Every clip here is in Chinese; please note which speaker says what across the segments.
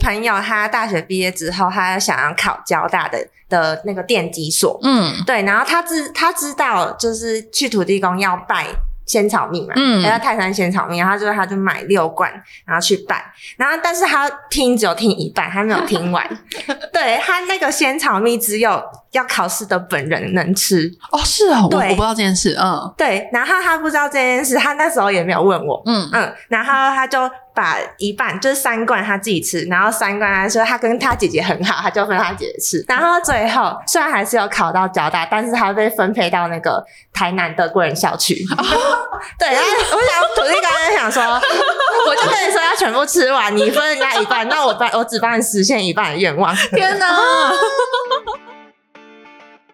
Speaker 1: 朋友他大学毕业之后，他想要考交大的的那个电机所，
Speaker 2: 嗯
Speaker 1: 对，然后他知他知道就是去土地公要拜仙草蜜嘛，
Speaker 2: 嗯
Speaker 1: 要泰山仙草蜜，然后他就他就买六罐，然后去拜，然后但是他听只有听一半，他没有听完，对他那个仙草蜜只有要考试的本人能吃，
Speaker 2: 哦是哦，我我
Speaker 1: 对
Speaker 2: 不知道这件事，嗯
Speaker 1: 对，然后他不知道这件事，他那时候也没有问我，
Speaker 2: 嗯
Speaker 1: 嗯，然后他就把一半就是三罐他自己吃，然后三罐他说他跟他姐姐很好，他就分他姐姐吃。然后最后虽然还是有考到交大，但是他被分配到那个台南的贵人校 区。对，然后 我想土地刚才想说，我就跟你说要全部吃完，你分人家一半，那我帮我只帮你实现一半的愿望。
Speaker 2: 天哪！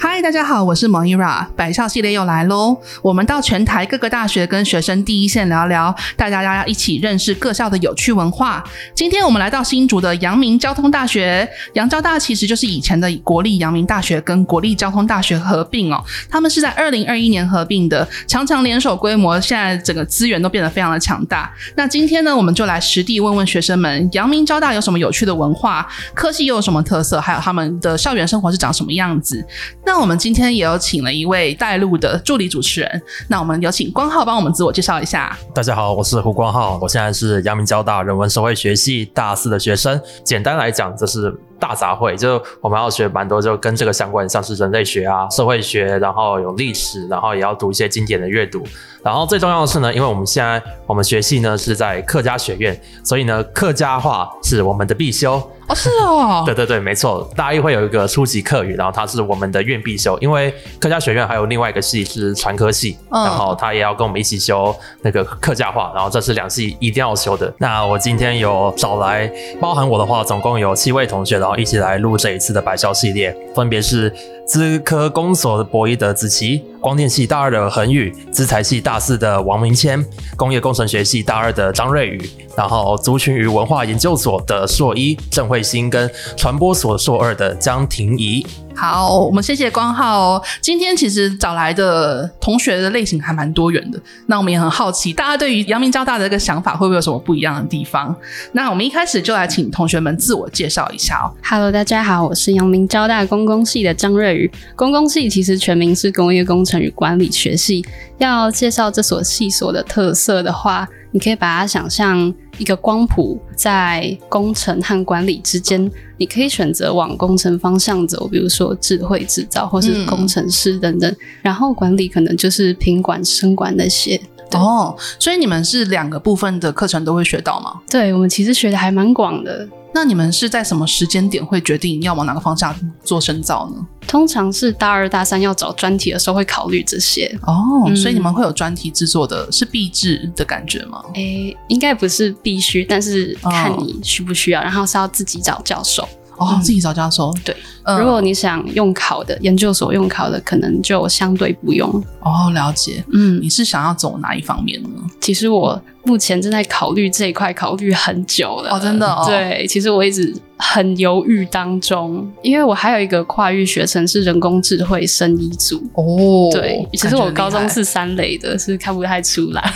Speaker 2: 嗨，大家好，我是 Moira，百校系列又来喽。我们到全台各个大学跟学生第一线聊聊，带大家一起认识各校的有趣文化。今天我们来到新竹的阳明交通大学，阳交大其实就是以前的国立阳明大学跟国立交通大学合并哦，他们是在二零二一年合并的，常常联手规模，现在整个资源都变得非常的强大。那今天呢，我们就来实地问问学生们，阳明交大有什么有趣的文化，科系又有什么特色，还有他们的校园生活是长什么样子。那我们今天也有请了一位带路的助理主持人，那我们有请光浩帮我们自我介绍一下。
Speaker 3: 大家好，我是胡光浩，我现在是阳明交大人文社会学系大四的学生。简单来讲，这是大杂烩，就我们要学蛮多，就跟这个相关，像是人类学啊、社会学，然后有历史，然后也要读一些经典的阅读。然后最重要的是呢，因为我们现在我们学系呢是在客家学院，所以呢客家话是我们的必修。
Speaker 2: 哦，是 哦
Speaker 3: 对，对对，没错，大一会有一个初级课语，然后它是我们的院必修，因为客家学院还有另外一个系是传科系，
Speaker 2: 嗯
Speaker 3: 然后他也要跟我们一起修那个客家话，然后这是两系一定要修的。那我今天有找来，包含我的话，总共有七位同学，然后一起来录这一次的百校系列，分别是资科工所的博一的子琪，光电系大二的恒宇，资材系大四的王明谦，工业工程学系大二的张瑞宇，然后族群与文化研究所的硕一郑慧欣跟传播所硕二的江婷怡。
Speaker 2: 好，我们谢谢光浩哦。今天其实找来的同学的类型还蛮多元的，那我们也很好奇，大家对于阳明交大的这个想法会不会有什么不一样的地方？那我们一开始就来请同学们自我介绍一下哦。
Speaker 4: Hello，大家好，我是阳明交大公共系的张瑞宇。公共系其实全名是工业工程与管理学系。要介绍这所系所的特色的话，你可以把它想象一个光谱，在工程和管理之间，你可以选择往工程方向走，比如说智慧制造或是
Speaker 2: 嗯
Speaker 4: 工程师等等。然后管理可能就是品管、生管那些。对
Speaker 2: 哦，所以你们是两个部分的课程都会学到吗？
Speaker 4: 对我们其实学的还蛮广的，
Speaker 2: 那你们是在什么时间点会决定要往哪个方向做深造呢？
Speaker 4: 通常是大二、大三要找专题的时候会考虑这些。
Speaker 2: 哦，
Speaker 4: 嗯
Speaker 2: 所以你们会有专题制作的，是必制的感觉吗？
Speaker 4: 诶，应该不是必须，但是看
Speaker 2: 哦
Speaker 4: 你需不需要，然后是要自己找教授。
Speaker 2: 哦，
Speaker 4: 嗯
Speaker 2: 自己找教授。
Speaker 4: 对
Speaker 2: 嗯
Speaker 4: 如果你想用考的，研究所用考的，可能就相对不用。
Speaker 2: 哦了解，
Speaker 4: 嗯
Speaker 2: 你，是想要走哪一方面呢？
Speaker 4: 其实我目前正在考虑这一块，考虑很久了。
Speaker 2: 哦真的哦
Speaker 4: 对，其实我一直很犹豫当中，因为我还有一个跨域学程是人工智慧生医组。
Speaker 2: 哦
Speaker 4: 对，其实我高中是三类的，是看不太出来。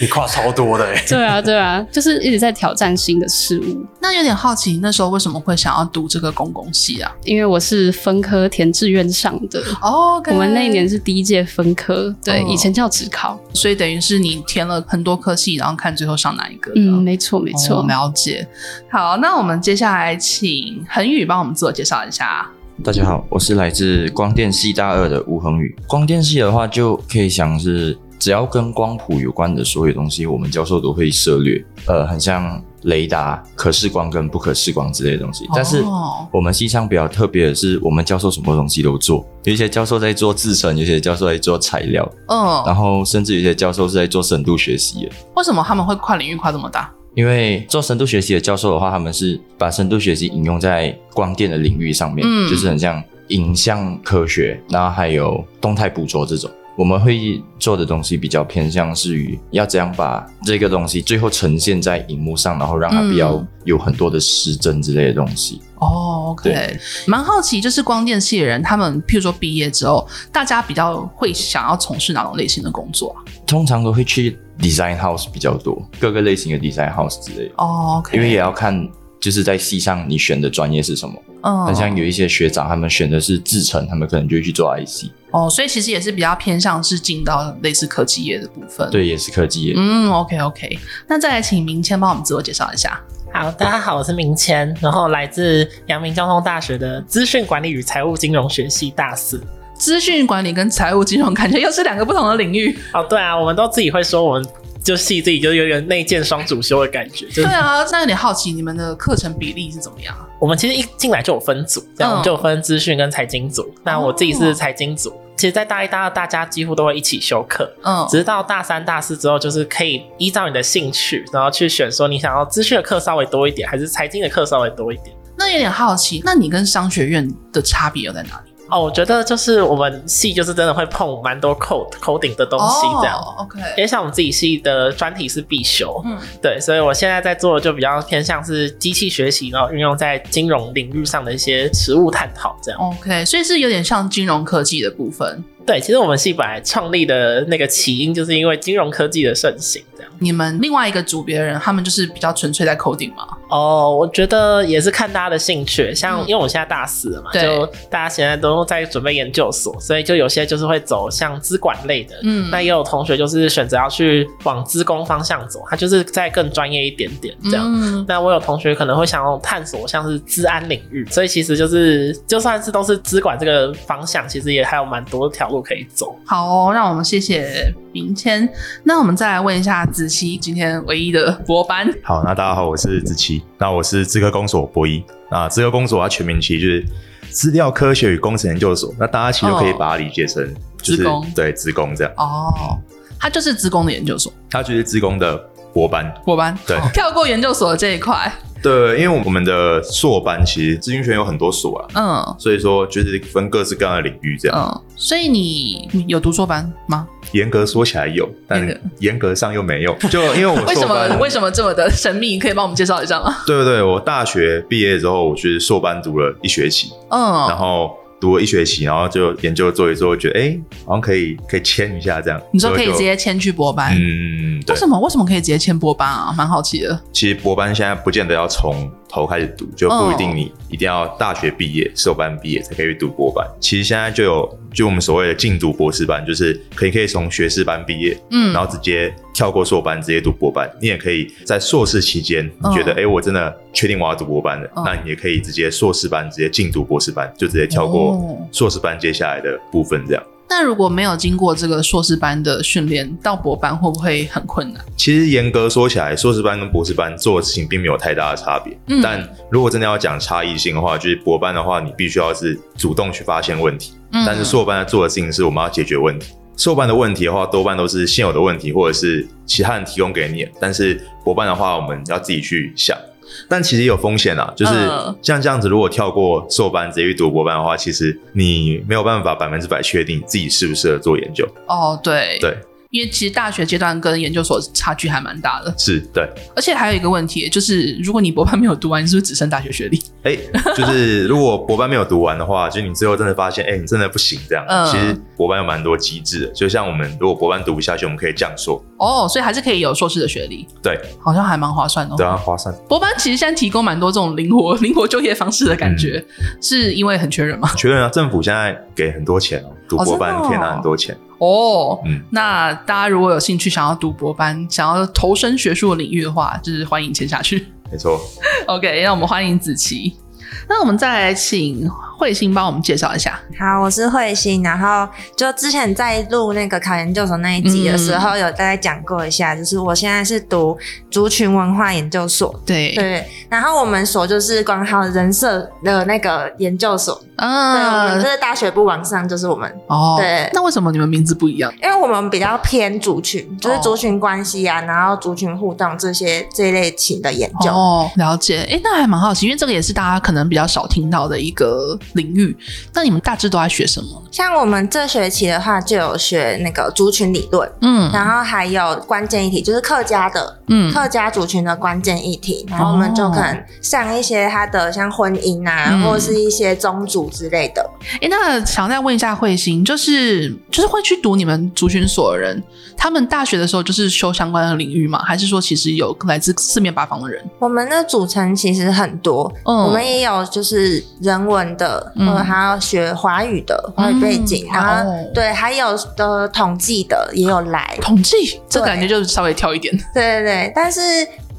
Speaker 3: 你跨超多的、欸，
Speaker 4: 对啊，对啊，就是一直在挑战新的事物。
Speaker 2: 那有点好奇，那时候为什么会想要读这个公共系啊？
Speaker 4: 因为我是分科填志愿上的，
Speaker 2: 哦
Speaker 4: 我们那一年，是第一届分科，对，
Speaker 2: 哦
Speaker 4: 以前叫职考，
Speaker 2: 所以等于是你填了很多科系，然后看最后上哪一个。
Speaker 4: 嗯，。没错没错
Speaker 2: 哦，了解。好，那我们接下来请恒宇帮我们自我介绍一下。
Speaker 5: 大家好，我是来自光电系大二的吴恒宇。光电系的话，就可以想是只要跟光谱有关的所有东西，我们教授都会涉略。呃，很像雷达、可视光跟不可视光之类的东西。但是
Speaker 2: 哦
Speaker 5: 我们系上比较特别的是，我们教授什么东西都做，有一些教授在做制成，有一些教授在做材料，然
Speaker 2: 嗯，
Speaker 5: 后甚至有一些教授是在做深度学习的。
Speaker 2: 为什么他们会跨领域跨这么大？
Speaker 5: 因为做深度学习的教授的话，他们是把深度学习引用在光电的领域上面，
Speaker 2: 嗯
Speaker 5: 就是很像影像科学，然后还有动态捕捉这种。我们会做的东西比较偏向是于要怎样把这个东西最后呈现在荧幕上，然后让它不要
Speaker 2: 嗯
Speaker 5: 有很多的失真之类的东西。
Speaker 2: 哦，OK，
Speaker 5: 对
Speaker 2: 蛮好奇，就是光电系的人，他们譬如说毕业之后，大家比较会想要从事哪种类型的工作啊？
Speaker 5: 通常都会去 design house 比较多，各个类型的 design house 之类的，
Speaker 2: 哦，OK，
Speaker 5: 因为也要看就是在系上你选的专业是什么。
Speaker 2: 嗯
Speaker 5: 很像有一些学长他们选的是制程，他们可能就会去做 IC，
Speaker 2: 哦，所以其实也是比较偏向是进到类似科技业的部分。，
Speaker 5: 对，也是科技业。
Speaker 2: 嗯，OK OK，那再来请明谦帮我们自我介绍一下。
Speaker 6: 好，大家好，我是明谦，然后来自阳明交通大学的资讯管理与财务金融学系大四。
Speaker 2: 资讯管理跟财务金融感觉又是两个不同的领域。
Speaker 6: 哦，对啊，我们都自己会说，我们就系自己就有点内建双主修的感觉，就
Speaker 2: 对
Speaker 6: 是
Speaker 2: 啊，那有点好奇你们的课程比例是怎么样啊？
Speaker 6: 我们其实一进来就有分组，这样
Speaker 2: 嗯哦
Speaker 6: 我们就有分资讯跟财经组。那我自己是财经组，其实，在大一、大二大家几乎都会一起修课，
Speaker 2: 嗯，
Speaker 6: 直到大三、大四之后，就是可以依照你的兴趣，然后去选说你想要资讯的课稍微多一点，还是财经的课稍微多一点。
Speaker 2: 那有点好奇，那你跟商学院的差别又在哪里？
Speaker 6: 哦，我觉得就是我们系就是真的会碰蛮多 code coding 的东西这样。
Speaker 2: 哦、，OK，
Speaker 6: 因为像我们自己系的专题是必修，
Speaker 2: 嗯
Speaker 6: 对，所以我现在在做的就比较偏向是机器学习，然后运用在金融领域上的一些实务探讨这样。
Speaker 2: ，OK，所以是有点像金融科技的部分。
Speaker 6: 对，其实我们系本来创立的那个起因，就是因为金融科技的盛行这样。
Speaker 2: 你们另外一个组别的人，他们就是比较纯粹在 coding 嘛？
Speaker 6: 哦，我觉得也是看大家的兴趣，像
Speaker 2: 嗯
Speaker 6: 因为我现在大四了嘛，
Speaker 2: 对
Speaker 6: 就大家现在都在准备研究所，所以就有些就是会走向资管类的，
Speaker 2: 嗯
Speaker 6: 那也有同学就是选择要去往资工方向走，他就是再更专业一点点这样。
Speaker 2: 嗯
Speaker 6: 那我有同学可能会想要探索像是治安领域，所以其实就是就算是都是资管这个方向，其实也还有蛮多条路可以走。
Speaker 2: 好哦，让我们谢谢明谦。那我们再来问一下子熙，今天唯一的博班，
Speaker 7: 好，那大家好，我是子琪，那我是资科公所博一。那资科公所它全名其实就是资料科学与工程研究所，那大家其实就可以把它理解成就是、
Speaker 2: 哦资工
Speaker 7: 对资工这样，
Speaker 2: 哦，他就是职工的研究所
Speaker 7: 它就是资工的博班。
Speaker 2: 博班，
Speaker 7: 对
Speaker 2: 跳过研究所的这一块，
Speaker 7: 对，因为我们的硕班其实资讯学有很多所啊，
Speaker 2: 嗯
Speaker 7: 所以说就是分各式各样的领域这样。
Speaker 2: 嗯，所以你你有读硕班吗？
Speaker 7: 严格说起来有，但
Speaker 2: 严格
Speaker 7: 严格上又没有，就因为 我
Speaker 2: 为什
Speaker 7: 硕
Speaker 2: 么
Speaker 7: 班
Speaker 2: 为什么这么的神秘？可以帮我们介绍一下吗？
Speaker 7: 对对对，我大学毕业之后，我去硕班读了一学期，然
Speaker 2: 嗯，
Speaker 7: 后读了一学期，然后就研究做一做，觉得哎、好像可以可以签一下这样。
Speaker 2: 你说
Speaker 7: 所
Speaker 2: 可以
Speaker 7: 就
Speaker 2: 直接签去博班？
Speaker 7: 嗯，对
Speaker 2: 为。什么为什么可以直接签博班啊？蛮好奇的。
Speaker 7: 其实博班现在不见得要从头开始读，就不一定你一定要大学毕业、硕班毕业才可以去读博班。其实现在就有就我们所谓的进读博士班，就是可以可以从学士班毕业，
Speaker 2: 嗯
Speaker 7: 然后直接跳过硕班，直接读博班。你也可以在硕士期间，你觉得
Speaker 2: 嗯
Speaker 7: 哎、诶我真的确定我要读博班了，
Speaker 2: 嗯
Speaker 7: 那你也可以直接硕士班直接进读博士班，就直接跳
Speaker 2: 哦
Speaker 7: 过硕士班接下来的部分这样。
Speaker 2: 那如果没有经过这个硕士班的训练，到博班会不会很困难？
Speaker 7: 其实严格说起来，硕士班跟博士班做的事情并没有太大的差别。
Speaker 2: 嗯
Speaker 7: 但如果真的要讲差异性的话，就是博班的话，你必须要是主动去发现问题；
Speaker 2: 嗯
Speaker 7: 但是硕班做的事情是我们要解决问题。硕班的问题的话，多半都是现有的问题，或者是其他人提供给你的。但是博班的话，我们要自己去想。但其实也有风险啊，就是
Speaker 2: 嗯
Speaker 7: 像这样子，如果跳过硕班直接去读博班的话，其实你没有办法百分之百确定自己适不适合做研究。
Speaker 2: 哦，对
Speaker 7: 对，
Speaker 2: 因为其实大学阶段跟研究所差距还蛮大的，
Speaker 7: 是对。
Speaker 2: 而且还有一个问题，就是如果你博班没有读完，你是不是只剩大学学历？
Speaker 7: 哎、就是如果博班没有读完的话， 就是你最后真的发现，哎、你真的不行这样。
Speaker 2: 嗯
Speaker 7: 其实博班有蛮多机制的，就像我们如果博班读不下去，我们可以降硕。
Speaker 2: 哦，所以还是可以有硕士的学历，
Speaker 7: 对，
Speaker 2: 好像还蛮划算的、哦。
Speaker 7: 对啊，划算，
Speaker 2: 博班其实现在提供蛮多这种灵活 灵活就业方式的感觉，是因为很缺人吗？
Speaker 7: 确认啊，政府现在给很多钱哦，读博班
Speaker 2: 哦真的哦
Speaker 7: 可以拿很多钱。
Speaker 2: 哦，
Speaker 7: 嗯
Speaker 2: 那大家如果有兴趣想要读博班，想要投身学术领域的话，就是欢迎签下去。
Speaker 7: 没错，
Speaker 2: OK，那我们欢迎子琪。那我们再来请慧心帮我们介绍一下。
Speaker 1: 好，我是慧心，然后就之前在录那个考研究所那一集的时候，有大概讲过一下，就是我现在是读族群文化研究所，
Speaker 2: 对，
Speaker 1: 对，然后我们所就是管好人社的那个研究所，对，我们
Speaker 2: 嗯
Speaker 1: 这，个大学部往上就是我们，
Speaker 2: 哦，
Speaker 1: 对
Speaker 2: 那为什么你们名字不一样？
Speaker 1: 因为我们比较偏族群，就是族群关系啊，然后族群互动这些这一类型的研究。
Speaker 2: 哦，了解。哎，那还蛮好奇，因为这个也是大家可能能比较少听到的一个领域。那你们大致都在学什么呢？
Speaker 1: 像我们这学期的话，就有学那个族群理论，
Speaker 2: 嗯
Speaker 1: 然后还有关键议题，就是客家的
Speaker 2: 嗯
Speaker 1: 客家族群的关键议题，然后我们就可能上一些他的像婚姻啊，
Speaker 2: 嗯
Speaker 1: 或是一些宗族之类的。
Speaker 2: 哎，那想再问一下慧心，就是就是会去读你们族群所的人，他们大学的时候就是修相关的领域吗？还是说其实有来自四面八方的人？
Speaker 1: 我们的组成其实很多，
Speaker 2: 嗯
Speaker 1: 我们也有就是人文的，
Speaker 2: 嗯
Speaker 1: 或者还要学华语的华语背景，
Speaker 2: 嗯
Speaker 1: 然后、
Speaker 2: 哦
Speaker 1: 对，还有的统计的也有来，
Speaker 2: 统计这
Speaker 1: 对
Speaker 2: 感觉就是稍微挑一点，
Speaker 1: 对对对，但是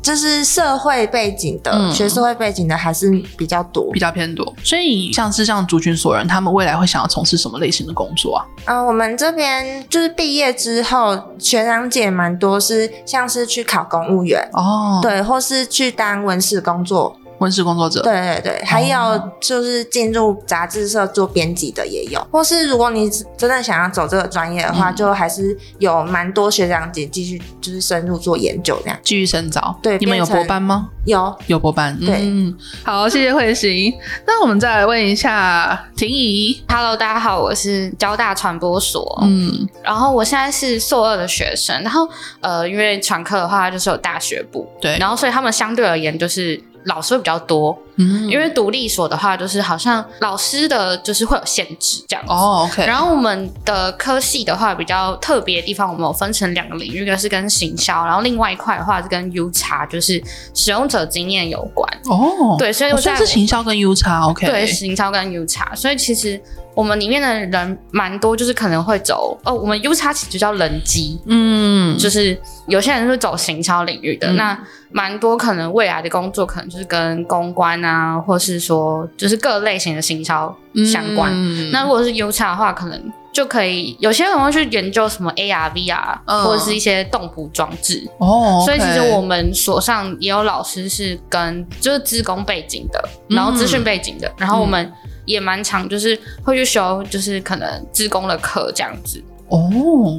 Speaker 1: 就是社会背景的、
Speaker 2: 嗯
Speaker 1: 学社会背景的还是比较多
Speaker 2: 比。较偏多。所以像是像族群所人，他们未来会想要从事什么类型的工作啊？
Speaker 1: 嗯、我们这边就是毕业之后，学长姐蛮多是像是去考公务员，
Speaker 2: 哦，，
Speaker 1: 对，或是去当文史工作，
Speaker 2: 温室工作者，哦
Speaker 1: 对，对对，还有就是进入杂志社做编辑的也有，或是如果你真的想要走这个专业的话，
Speaker 2: 嗯
Speaker 1: 就还是有蛮多学长姐继续就是深入做研究这样。
Speaker 2: 继续深造。
Speaker 1: 对
Speaker 2: 你们有
Speaker 1: 变成
Speaker 2: 博班吗？
Speaker 1: 有，
Speaker 2: 有博班，
Speaker 1: 对
Speaker 2: 嗯，好，谢谢慧心。那我们再来问一下婷宜，
Speaker 8: Hello，大家好，我是交大传播所，
Speaker 2: 嗯
Speaker 8: 然后我现在是硕二的学生，然后呃，因为传科的话就是有大学部，
Speaker 2: 对
Speaker 8: 然后所以他们相对而言就是老师会比较多，
Speaker 2: 嗯，
Speaker 8: 因为独立所的话就是好像老师的就是会有限制这样子。
Speaker 2: 哦，OK，
Speaker 8: 然后我们的科系的话比较特别的地方，我们有分成两个领域，一个是跟行销，然后另外一块的话是跟 U 叉，就是使用者经验有关。
Speaker 2: 哦，
Speaker 8: 对，所以
Speaker 2: 哦，
Speaker 8: 我
Speaker 2: 所
Speaker 8: 在
Speaker 2: 以是行销跟 U 叉，OK，
Speaker 8: 对，行销跟 U 叉，所以其实我们里面的人蛮多，就是可能会走哦，我们 U 叉其实就叫人机，
Speaker 2: 嗯，
Speaker 8: 就是有些人是走行销领域的，
Speaker 2: 嗯
Speaker 8: 那蛮多可能未来的工作可能就是跟公关啊，或是说就是各类型的行销相关。
Speaker 2: 嗯
Speaker 8: 那如果是 U 叉的话，可能就可以有些人会去研究什么 AR、VR，、
Speaker 2: 嗯
Speaker 8: 啊或者是一些动捕装置。
Speaker 2: 哦，OK，
Speaker 8: 所以其实我们所上也有老师是跟就是资工背景的，
Speaker 2: 嗯
Speaker 8: 然后资讯背景的，然后我们也蛮常就是会去修就是可能资工的课这样子。
Speaker 2: 哦，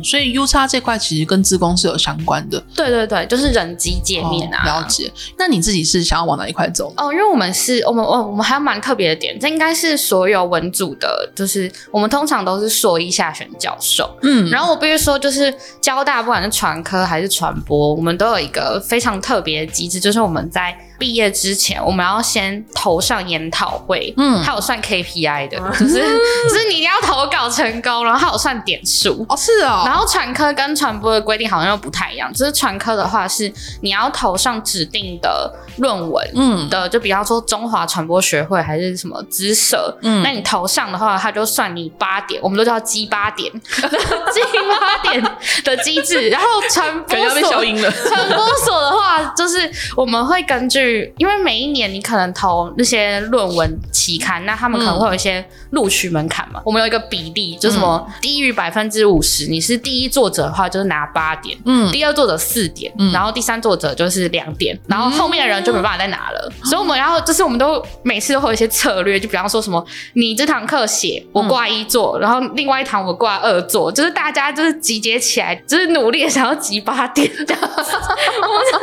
Speaker 2: 所以 U 叉这块其实跟自工是有相关的
Speaker 8: 对对对，就是人机界面啊。
Speaker 2: 哦了解。那你自己是想要往哪一块走呢？
Speaker 8: 哦，因为我们是我们哦，我们还有蛮特别的点，这应该是所有文组的，就是我们通常都是硕一下选教授。
Speaker 2: 嗯
Speaker 8: 然后我必须说，就是交大不管是传科还是传播，我们都有一个非常特别的机制，就是我们在毕业之前，我们要先投上研讨会，
Speaker 2: 嗯
Speaker 8: 嗯，它有算 KPI 的，就是 就是你一定要投稿成功，然后它有算点数。
Speaker 2: 哦，是哦，
Speaker 8: 然后传科跟传播的规定好像又不太一样，就是传科的话是你要投上指定的论文，
Speaker 2: 嗯
Speaker 8: 的，就比方说中华传播学会还是什么资社，
Speaker 2: 嗯
Speaker 8: 那你投上的话，它就算你八点，我们都叫鸡八点， 鸡八点的机制。然后传播
Speaker 2: 感觉要被
Speaker 8: 所
Speaker 2: 消音了。
Speaker 8: 传播所的话，就是我们会根据，因为每一年你可能投那些论文期刊，那他们可能会有一些录取门槛嘛。我们有一个比例，就什么
Speaker 2: 嗯
Speaker 8: 低于百分之五十，你是第一作者的话，就是拿八点。
Speaker 2: 嗯，
Speaker 8: 第二作者四点，
Speaker 2: 嗯
Speaker 8: 然后第三作者就是两点，然后后面的人就没办法再拿了。所以我们然后就是我们都每次都会有一些策略，就比方说什么你这堂课写我挂一作，然后另外一堂我挂二作，就是大家就是集结起来，就是努力地想要集八点，这样我们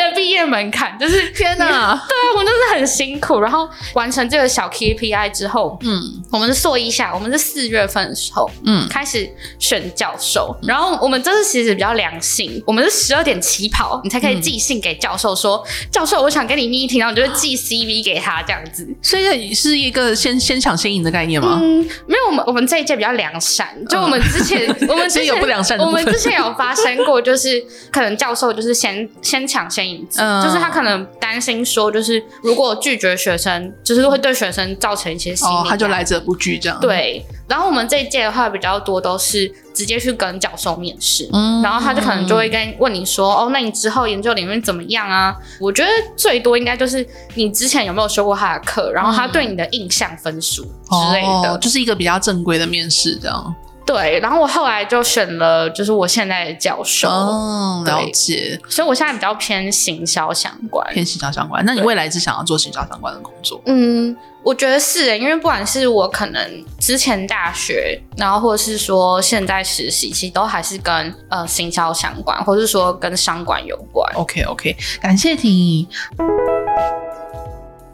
Speaker 8: 为了毕业门槛，就是
Speaker 2: 天哪，
Speaker 8: 对啊，我们真的很辛苦。然后完成这个小 KPI 之后，
Speaker 2: 嗯
Speaker 8: 我们是硕一下，我们是四月份的时候，
Speaker 2: 嗯
Speaker 8: 开始选教授，然后我们这次其实比较良性，我们是十二点起跑，你才可以寄信给教授说，教授我想跟你 meeting，然后你就会寄 CV 给他这样子。
Speaker 2: 所以是一个先先抢先赢的概念吗？嗯
Speaker 8: 嗯，没有，我们我们这一届比较良善，就我们之 前、我们之
Speaker 2: 所
Speaker 8: 前
Speaker 2: 以有不良善的
Speaker 8: 我
Speaker 2: 部分
Speaker 8: 们之前有发生过，就是可能教授就是先先抢先赢制，
Speaker 2: 嗯
Speaker 8: 就是他可能担心说，就是如果拒绝学生，就是会对学生造成一些心理、
Speaker 2: 哦，他就来。者不拒这样。，
Speaker 8: 啊对，然后我们这一届的话比较多都是直接去跟教授面试，
Speaker 2: 嗯
Speaker 8: 然后他就可能就会跟问你说，哦，那你之后研究里面怎么样啊？我觉得最多应该就是你之前有没有修过他的课，然后他对你的印象分数之类的。
Speaker 2: 哦，就是一个比较正规的面试这样。
Speaker 8: 对，然后我后来就选了就是我现在的教授，
Speaker 2: 哦，
Speaker 8: 对
Speaker 2: 了解，
Speaker 8: 所以我现在比较偏行销相关。
Speaker 2: 偏行销相关。那你未来是想要做行销相关的工作？
Speaker 8: 嗯，我觉得是耶，因为不管是我可能之前大学，然后或者是说现在实习，其实都还是跟呃行销相关，或是说跟商管有关。
Speaker 2: OK OK，感谢婷。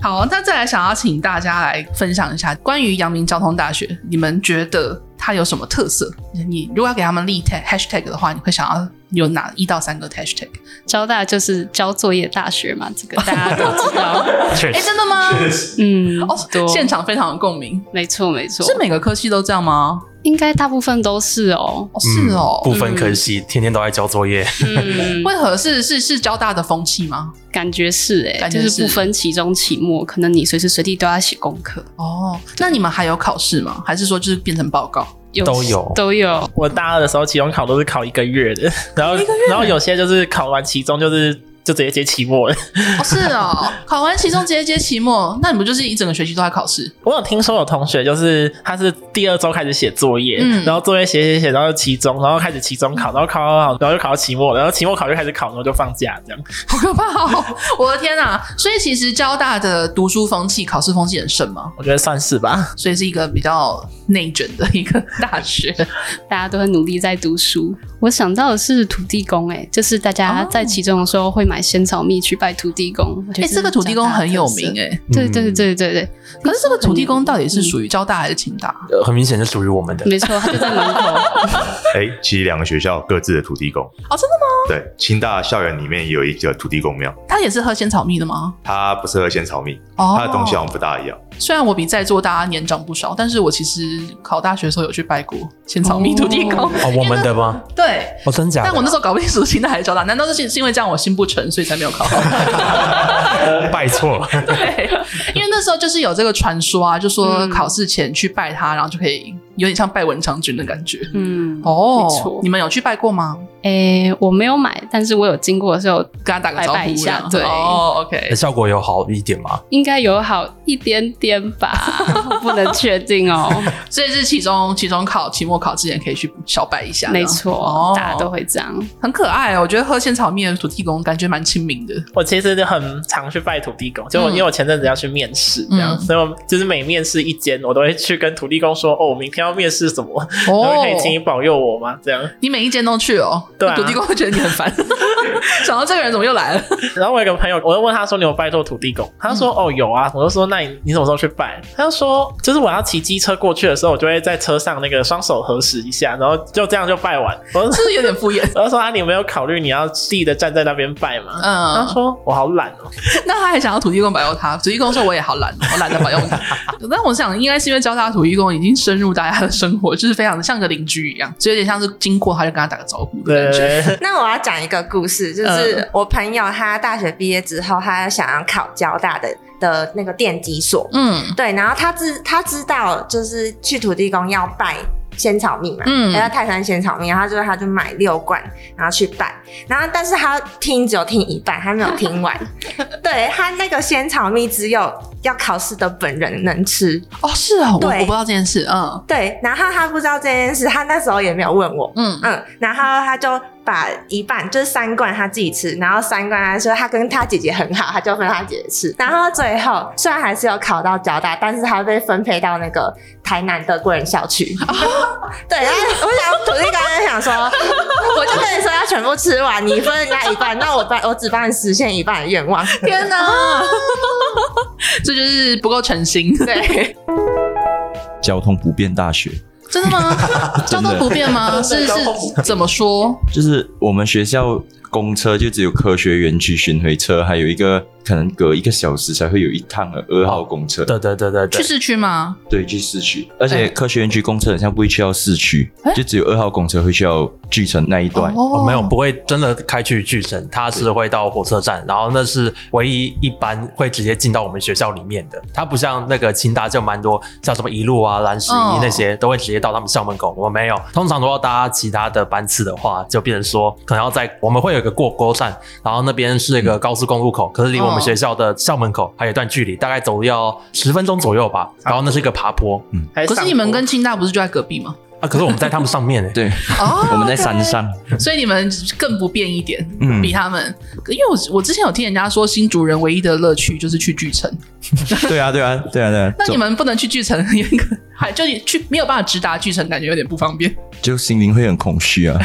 Speaker 2: 好，那再来想要请大家来分享一下关于阳明交通大学，你们觉得它有什么特色？你如果要给他们立 tag hashtag 的话，你会想要有哪一到三个 hashtag？
Speaker 4: 交大就是交作业大学嘛，这个大家都知道。
Speaker 3: 确
Speaker 2: 哎、
Speaker 3: 实，
Speaker 2: 真的吗？
Speaker 4: 嗯，
Speaker 2: 哦
Speaker 4: 多，
Speaker 2: 现场非常有共鸣，
Speaker 4: 没错没错，
Speaker 2: 是每个科系都这样吗？
Speaker 4: 应该大部分都是哦。
Speaker 2: 哦，是哦。
Speaker 3: 嗯部分科系天天都在交作业，
Speaker 4: 嗯，
Speaker 2: 为何是是是交大的风气吗？
Speaker 4: 感觉是哎、
Speaker 2: 感觉
Speaker 4: 就是是不分期中期末，可能你随时随地都要写功课，
Speaker 2: 哦，那你们还有考试吗？还是说就是变成报告？
Speaker 4: 有
Speaker 3: 都有
Speaker 4: 都有。
Speaker 6: 我大二的时候，期中考都是考一个月的，然后然后有些就是考完期中就是就直接接期末了。
Speaker 2: 哦，是哦，考完期中直接接期末，那你不就是一整个学期都在考试？
Speaker 6: 我有听说有同学就是他是第二周开始写作业，
Speaker 2: 嗯
Speaker 6: 然后作业写写写，然后期中，然后开始期中考，然后考考考，然后就考到期末，然后期末考就开始考，然后就放假这样。
Speaker 2: 好可怕哦！我的天哪、所以其实交大的读书风气、考试风气很盛嘛，
Speaker 6: 我觉得算是吧。
Speaker 2: 所以是一个比较内卷的一个 大学。
Speaker 4: 大家都很努力在读书。我想到的是土地公、哎，就是大家
Speaker 2: 哦
Speaker 4: 在其中的时候会买仙草蜜去拜土地公。哎、
Speaker 2: 哎、这个土地公很有名哎、
Speaker 4: 对对对对对，
Speaker 2: 可是这个土地公到底是属
Speaker 4: 于、
Speaker 2: 于交大还是清大？
Speaker 3: 呃很明显是属于我们的。
Speaker 4: 嗯 没错，他就在门口。
Speaker 7: 哎、其实两个学校各自的土地公，
Speaker 2: 哦，真的吗？
Speaker 7: 对，清大校园里面也有一个土地公庙，
Speaker 2: 他也是喝仙草蜜的吗？
Speaker 7: 它不适合仙草蜜，
Speaker 2: 哦，
Speaker 7: 它的东西好像不大一样。
Speaker 2: 虽然我比在座大家年长不少，但是我其实考大学的时候有去拜过仙草蜜土地公。
Speaker 3: 哦，我们的吗？
Speaker 2: 对，
Speaker 3: 哦，真假的？
Speaker 2: 但我那时候搞不清楚清大还是交大，难道是是因为这样我心不诚，所以才没有考好？
Speaker 3: 拜 错了，
Speaker 2: 对，因为那时候就是有这个传说啊，就说
Speaker 4: 嗯
Speaker 2: 考试前去拜他，然后就可以有点像拜文昌君的感觉。
Speaker 4: 嗯，
Speaker 2: 哦，
Speaker 4: 没错
Speaker 2: 你们有去拜过吗？
Speaker 4: 哎、我没有买，但是我有经过的时候，
Speaker 2: 跟他打个招呼
Speaker 4: 拜拜一下
Speaker 2: 这
Speaker 4: 对
Speaker 2: 样哦，OK，
Speaker 3: 效果有好一点吗？
Speaker 4: 应该有好一点点 吧，不能确定哦。
Speaker 2: 所以是期中、期中考、期末考之前可以去小拜一下，
Speaker 4: 没错，
Speaker 2: 哦
Speaker 4: 大家都会这样。
Speaker 2: 很可爱哦。我觉得喝仙草蜜的土地公感觉蛮亲民的，
Speaker 6: 我其实就很常去拜土地公，就我
Speaker 2: 嗯
Speaker 6: 因为我前阵子要去面试这样，
Speaker 2: 嗯
Speaker 6: 所以我就是每面试一间，我都会去跟土地公说，哦，我明天要面试什么，然后可以请你保佑我吗？这样。
Speaker 2: 你每一间都去哦，
Speaker 6: 对啊
Speaker 2: 土地公会 觉得你很烦，想到这个人怎么又来了？
Speaker 6: 然后我有个朋友，我就问他说：“你有拜托土地公？”他
Speaker 2: 嗯
Speaker 6: 说：“哦，有啊。”我就说：“那你你什么时候去拜？”他就说：“就是我要骑机车过去的时候，我就会在车上那个双手合十一下，然后就这样就拜完。”我就是
Speaker 2: 不是有点敷衍？
Speaker 6: 我就说：“啊，你有没有考虑你要立的站在那边拜吗？”他
Speaker 2: 嗯，
Speaker 6: 说：“我好懒哦。
Speaker 2: 那他还想要土地公保佑他，土地公说我也好懒，哦 我懒得保佑你。但我想应该是因为交大土地公已经深入大家的生活，就是非常像个邻居一样，就有点像是经过他就跟他打个招呼”的感觉。嗯
Speaker 6: 对，
Speaker 1: 那我要讲一个故事，就是我朋友他大学毕业之后，他想要考交大的的那个电机所，
Speaker 2: 嗯
Speaker 1: 对，然后他知他知道就是去土地公要拜。仙草蜜嘛，嗯，
Speaker 2: 嗯
Speaker 1: 要泰山仙草蜜，然后他就他就买六罐，然后去拜，然后但是他听只有听一半，他没有听 完，对他那个仙草蜜只有要考试的本人能吃，
Speaker 2: 哦，是哦， 我
Speaker 1: 对
Speaker 2: 我不知道这件事，嗯
Speaker 1: 对，然后他不知道这件事，他那时候也没有问我，
Speaker 2: 嗯，
Speaker 1: 嗯，然后他就把一半就是三罐他自己吃，然后三罐他说他跟他姐姐很好，他就分他姐姐吃。然后最后虽然还是有考到交大，但是他被分配到那个台南的贵人校 区。对，然后我想土地刚刚想说，我就跟你说要全部吃完，你分人家一半，那我帮 我只帮你实现一半的愿望。
Speaker 2: 天 哪，这就是不够诚心，
Speaker 1: 对，
Speaker 5: 交通不便大学，
Speaker 2: 真的吗？ 交通不便吗？是是怎么说？
Speaker 5: 就是我们学校公车就只有科学园区巡回车，还有一个可能隔一个小时才会有一趟的二号公车，
Speaker 3: 哦对对对对
Speaker 2: 去
Speaker 3: 对，
Speaker 2: 市区哎吗？
Speaker 5: 对，去市区。而且科学园区公车好像不会去到市区，
Speaker 2: 哎
Speaker 5: 就只有二号公车会去到巨城那一段。
Speaker 3: 哦，没有，不会 真的开去巨城，它是会到火车站，然后那是唯一一班会直接进到我们学校里面的。它不像那个清大就蛮多，像什么一路啊、蓝十
Speaker 2: 哦
Speaker 3: 一那些、都会直接到他们校门口，我们没有。通常都要搭其他的班次的话，就变成说可能要在我们会有一个过沟站，然后那边是一
Speaker 5: 嗯
Speaker 3: 个高速公路口，可是离我
Speaker 2: 哦
Speaker 3: 们学校的校门口还有一段距离，大概走路要十分钟左右吧。
Speaker 5: 啊
Speaker 3: 然后那是一个爬坡
Speaker 5: 嗯
Speaker 6: 还
Speaker 2: 可
Speaker 6: 上
Speaker 2: 是你们跟清大不是就在隔壁 吗？
Speaker 3: 啊，可是我们在他们上面欸 呢、
Speaker 5: 对，
Speaker 2: 哦
Speaker 5: 我们在山上，
Speaker 2: 所以你们更不便一点，
Speaker 5: 嗯
Speaker 2: 比他们。因为我我之前有听人家说，新主人唯一的乐趣就是去巨城，
Speaker 5: 对啊，对啊，对啊，对啊。
Speaker 2: 那你们不能去巨城，有一个 还就去没有办法直达巨城，感觉有点不方便。
Speaker 5: 就心灵会很空虚 啊。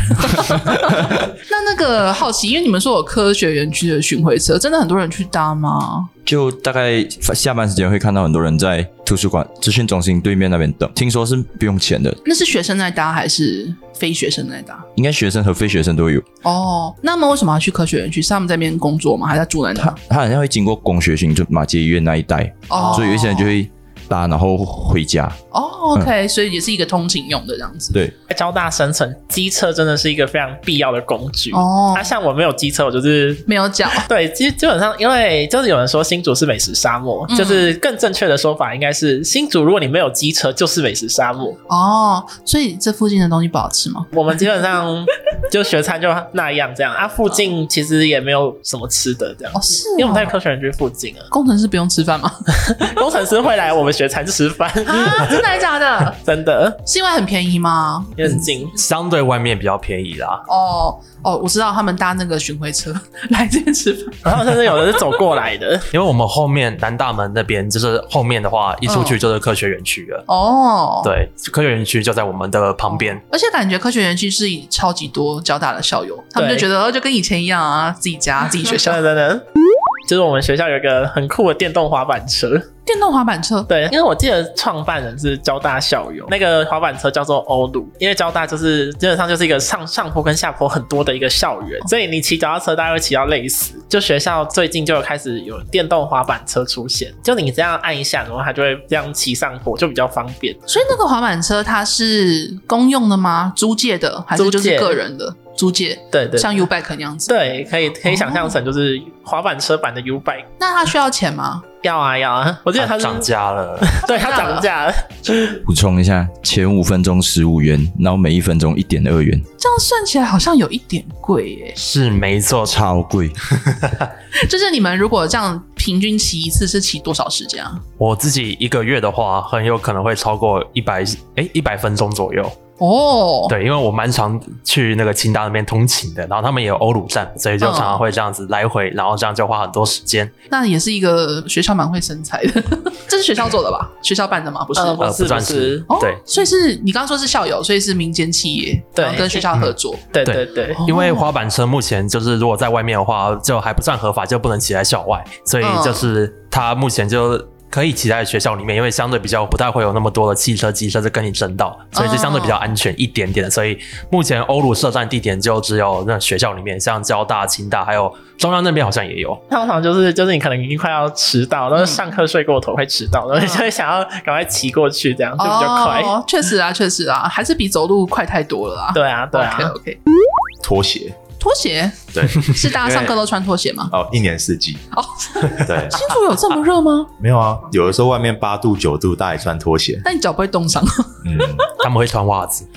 Speaker 2: 那那个好奇，因为你们说有科学园区的巡回车，真的很多人去搭吗？
Speaker 5: 就大概下班时间会看到很多人在图书馆资讯中心对面那边等，听说是不用钱的，
Speaker 2: 那是学生在搭还是非学生在搭？
Speaker 5: 应该学生和非学生都有。
Speaker 2: 哦，那么为什么要去科学园区？是他们在那边工作吗？还是在住在那
Speaker 5: 他？他好像会经过工学群，就马街医院那一带，
Speaker 2: 哦，
Speaker 5: 所以有一些人就会搭，然后回家。
Speaker 2: 哦，OK，、所以也是一个通勤用的这样子。
Speaker 5: 对，
Speaker 6: 哎交大深层机车真的是一个非常必要的工具。
Speaker 2: 哦
Speaker 6: 那、，像我没有机车，我就是
Speaker 2: 没有脚。
Speaker 6: 对，基基本上，因为就是有人说新竹是美食沙漠，
Speaker 2: 嗯
Speaker 6: 就是更正确的说法应该是新竹，如果你没有机车，就是美食沙漠。
Speaker 2: 哦，所以这附近的东西不好吃吗？
Speaker 6: 我们基本 上就学餐就那样这样啊，附近其实也没有什么吃的这样
Speaker 2: 哦，。是
Speaker 6: 因为我们在
Speaker 2: 哦。
Speaker 6: 科学园区附近啊，
Speaker 2: 工程师不用吃饭吗？
Speaker 6: 工程师会来 我们学餐吃饭，
Speaker 2: 啊，真的还假的？
Speaker 6: 真的
Speaker 2: 是因为很便宜吗？
Speaker 6: 也很近。
Speaker 3: 嗯相对外面比较便宜 啦。
Speaker 2: 哦哦，我知道他们搭那个巡回车 来这边吃饭。
Speaker 6: 然后甚至啊有的是走过来的，
Speaker 3: 因为我们后面南大门那边，就是后面的话，一出去就是科学园区了。
Speaker 2: 哦，，
Speaker 3: 对，科学园区就在我们的旁
Speaker 6: 哦
Speaker 3: 边。
Speaker 2: 而且感觉科学园区是以超级多交大的校友，他们就
Speaker 6: 对
Speaker 2: 觉得哦就跟以前一样啊，自己 家自己学校
Speaker 6: 真的真的。就是我们学校有一个很酷的电动滑板车，
Speaker 2: 电动滑板车。
Speaker 6: 对，因为我记得创办人是交大校友，那个滑板车叫做欧鲁，因为交大就是基本上就是一个上上坡跟下坡很多的一个校园，
Speaker 2: 哦
Speaker 6: 所以你骑脚踏车大概会骑到累死。就学校最近就有开始有电动滑板车出现，就你这样按一下，然后它就会这样骑上坡，就比较方便。
Speaker 2: 所以那个滑板车它是公用的吗？租借的还是就
Speaker 6: 租
Speaker 2: 是
Speaker 6: 借
Speaker 2: 个人的？租借，
Speaker 6: 对对
Speaker 2: 像 U Bike 那样子。哦
Speaker 6: 对，可以可以想象成就是滑板车版的 U Bike。
Speaker 2: 那它需要钱吗？
Speaker 6: 要啊要啊！ 我记得它
Speaker 3: 它
Speaker 6: 是
Speaker 3: 涨，价了，
Speaker 6: 对它涨价 了，
Speaker 5: 补充一下，前五分钟十五元，然后每一分钟一点二元，
Speaker 2: 这样算起来好像有一点贵耶、
Speaker 3: 是没错。
Speaker 5: 超贵。
Speaker 2: 就是你们如果这样平均骑一次是骑多少时间啊？
Speaker 3: 我自己一个月的话，很有可能会超过一百，哎，一百分钟左右。
Speaker 2: 哦，
Speaker 3: 对，因为我蛮常去那个清大那边通勤的，然后他们也有欧鲁站，所以
Speaker 6: 嗯
Speaker 3: 就常常会这样子来回，然后这样就花很多时间。
Speaker 2: 那也是一个学校蛮会生财的， 这是学校做的吧？学校办的吗？不是。
Speaker 6: 呃不
Speaker 3: 呃，
Speaker 6: 是
Speaker 3: 不算
Speaker 6: 不
Speaker 3: 是
Speaker 6: 是，
Speaker 2: 哦
Speaker 3: 对，
Speaker 2: 所以是你刚刚说是校友，所以是民间企业，
Speaker 6: 对
Speaker 2: 然后跟学校合作。
Speaker 6: 对
Speaker 3: 对
Speaker 6: 对对，
Speaker 3: 因为
Speaker 2: 哦
Speaker 3: 滑板车目前就是如果在外面的话，就还不算合法，就不能骑在校外，所以就是它目前就。可以骑在学校里面，因为相对比较不太会有那么多的汽车、机车在跟你争道，所以就相对比较安全一点点。所以目前欧鲁设站地点就只有那学校里面，像交大、清大，还有中央那边好像也有。
Speaker 6: 通常就是就是你可能已经快要迟到，然后上课睡过头会迟到，然后你就会想要赶快骑过去，这样 就比较快。
Speaker 2: 哦，确实啊，确实啊，还是比走路快太多了啊。
Speaker 6: 对啊，对啊
Speaker 2: OK，OK，
Speaker 7: 拖鞋，
Speaker 2: 拖鞋
Speaker 7: 对，
Speaker 2: 是大家上课都穿拖鞋 吗？
Speaker 7: 哦，一年四季，
Speaker 2: 哦，
Speaker 7: 对，
Speaker 2: 新竹有这么热吗？
Speaker 7: 没有啊，有的时候外面八度九度，大家也穿拖鞋，
Speaker 2: 那你脚不会冻伤？
Speaker 7: 嗯，
Speaker 3: 他们会穿袜子，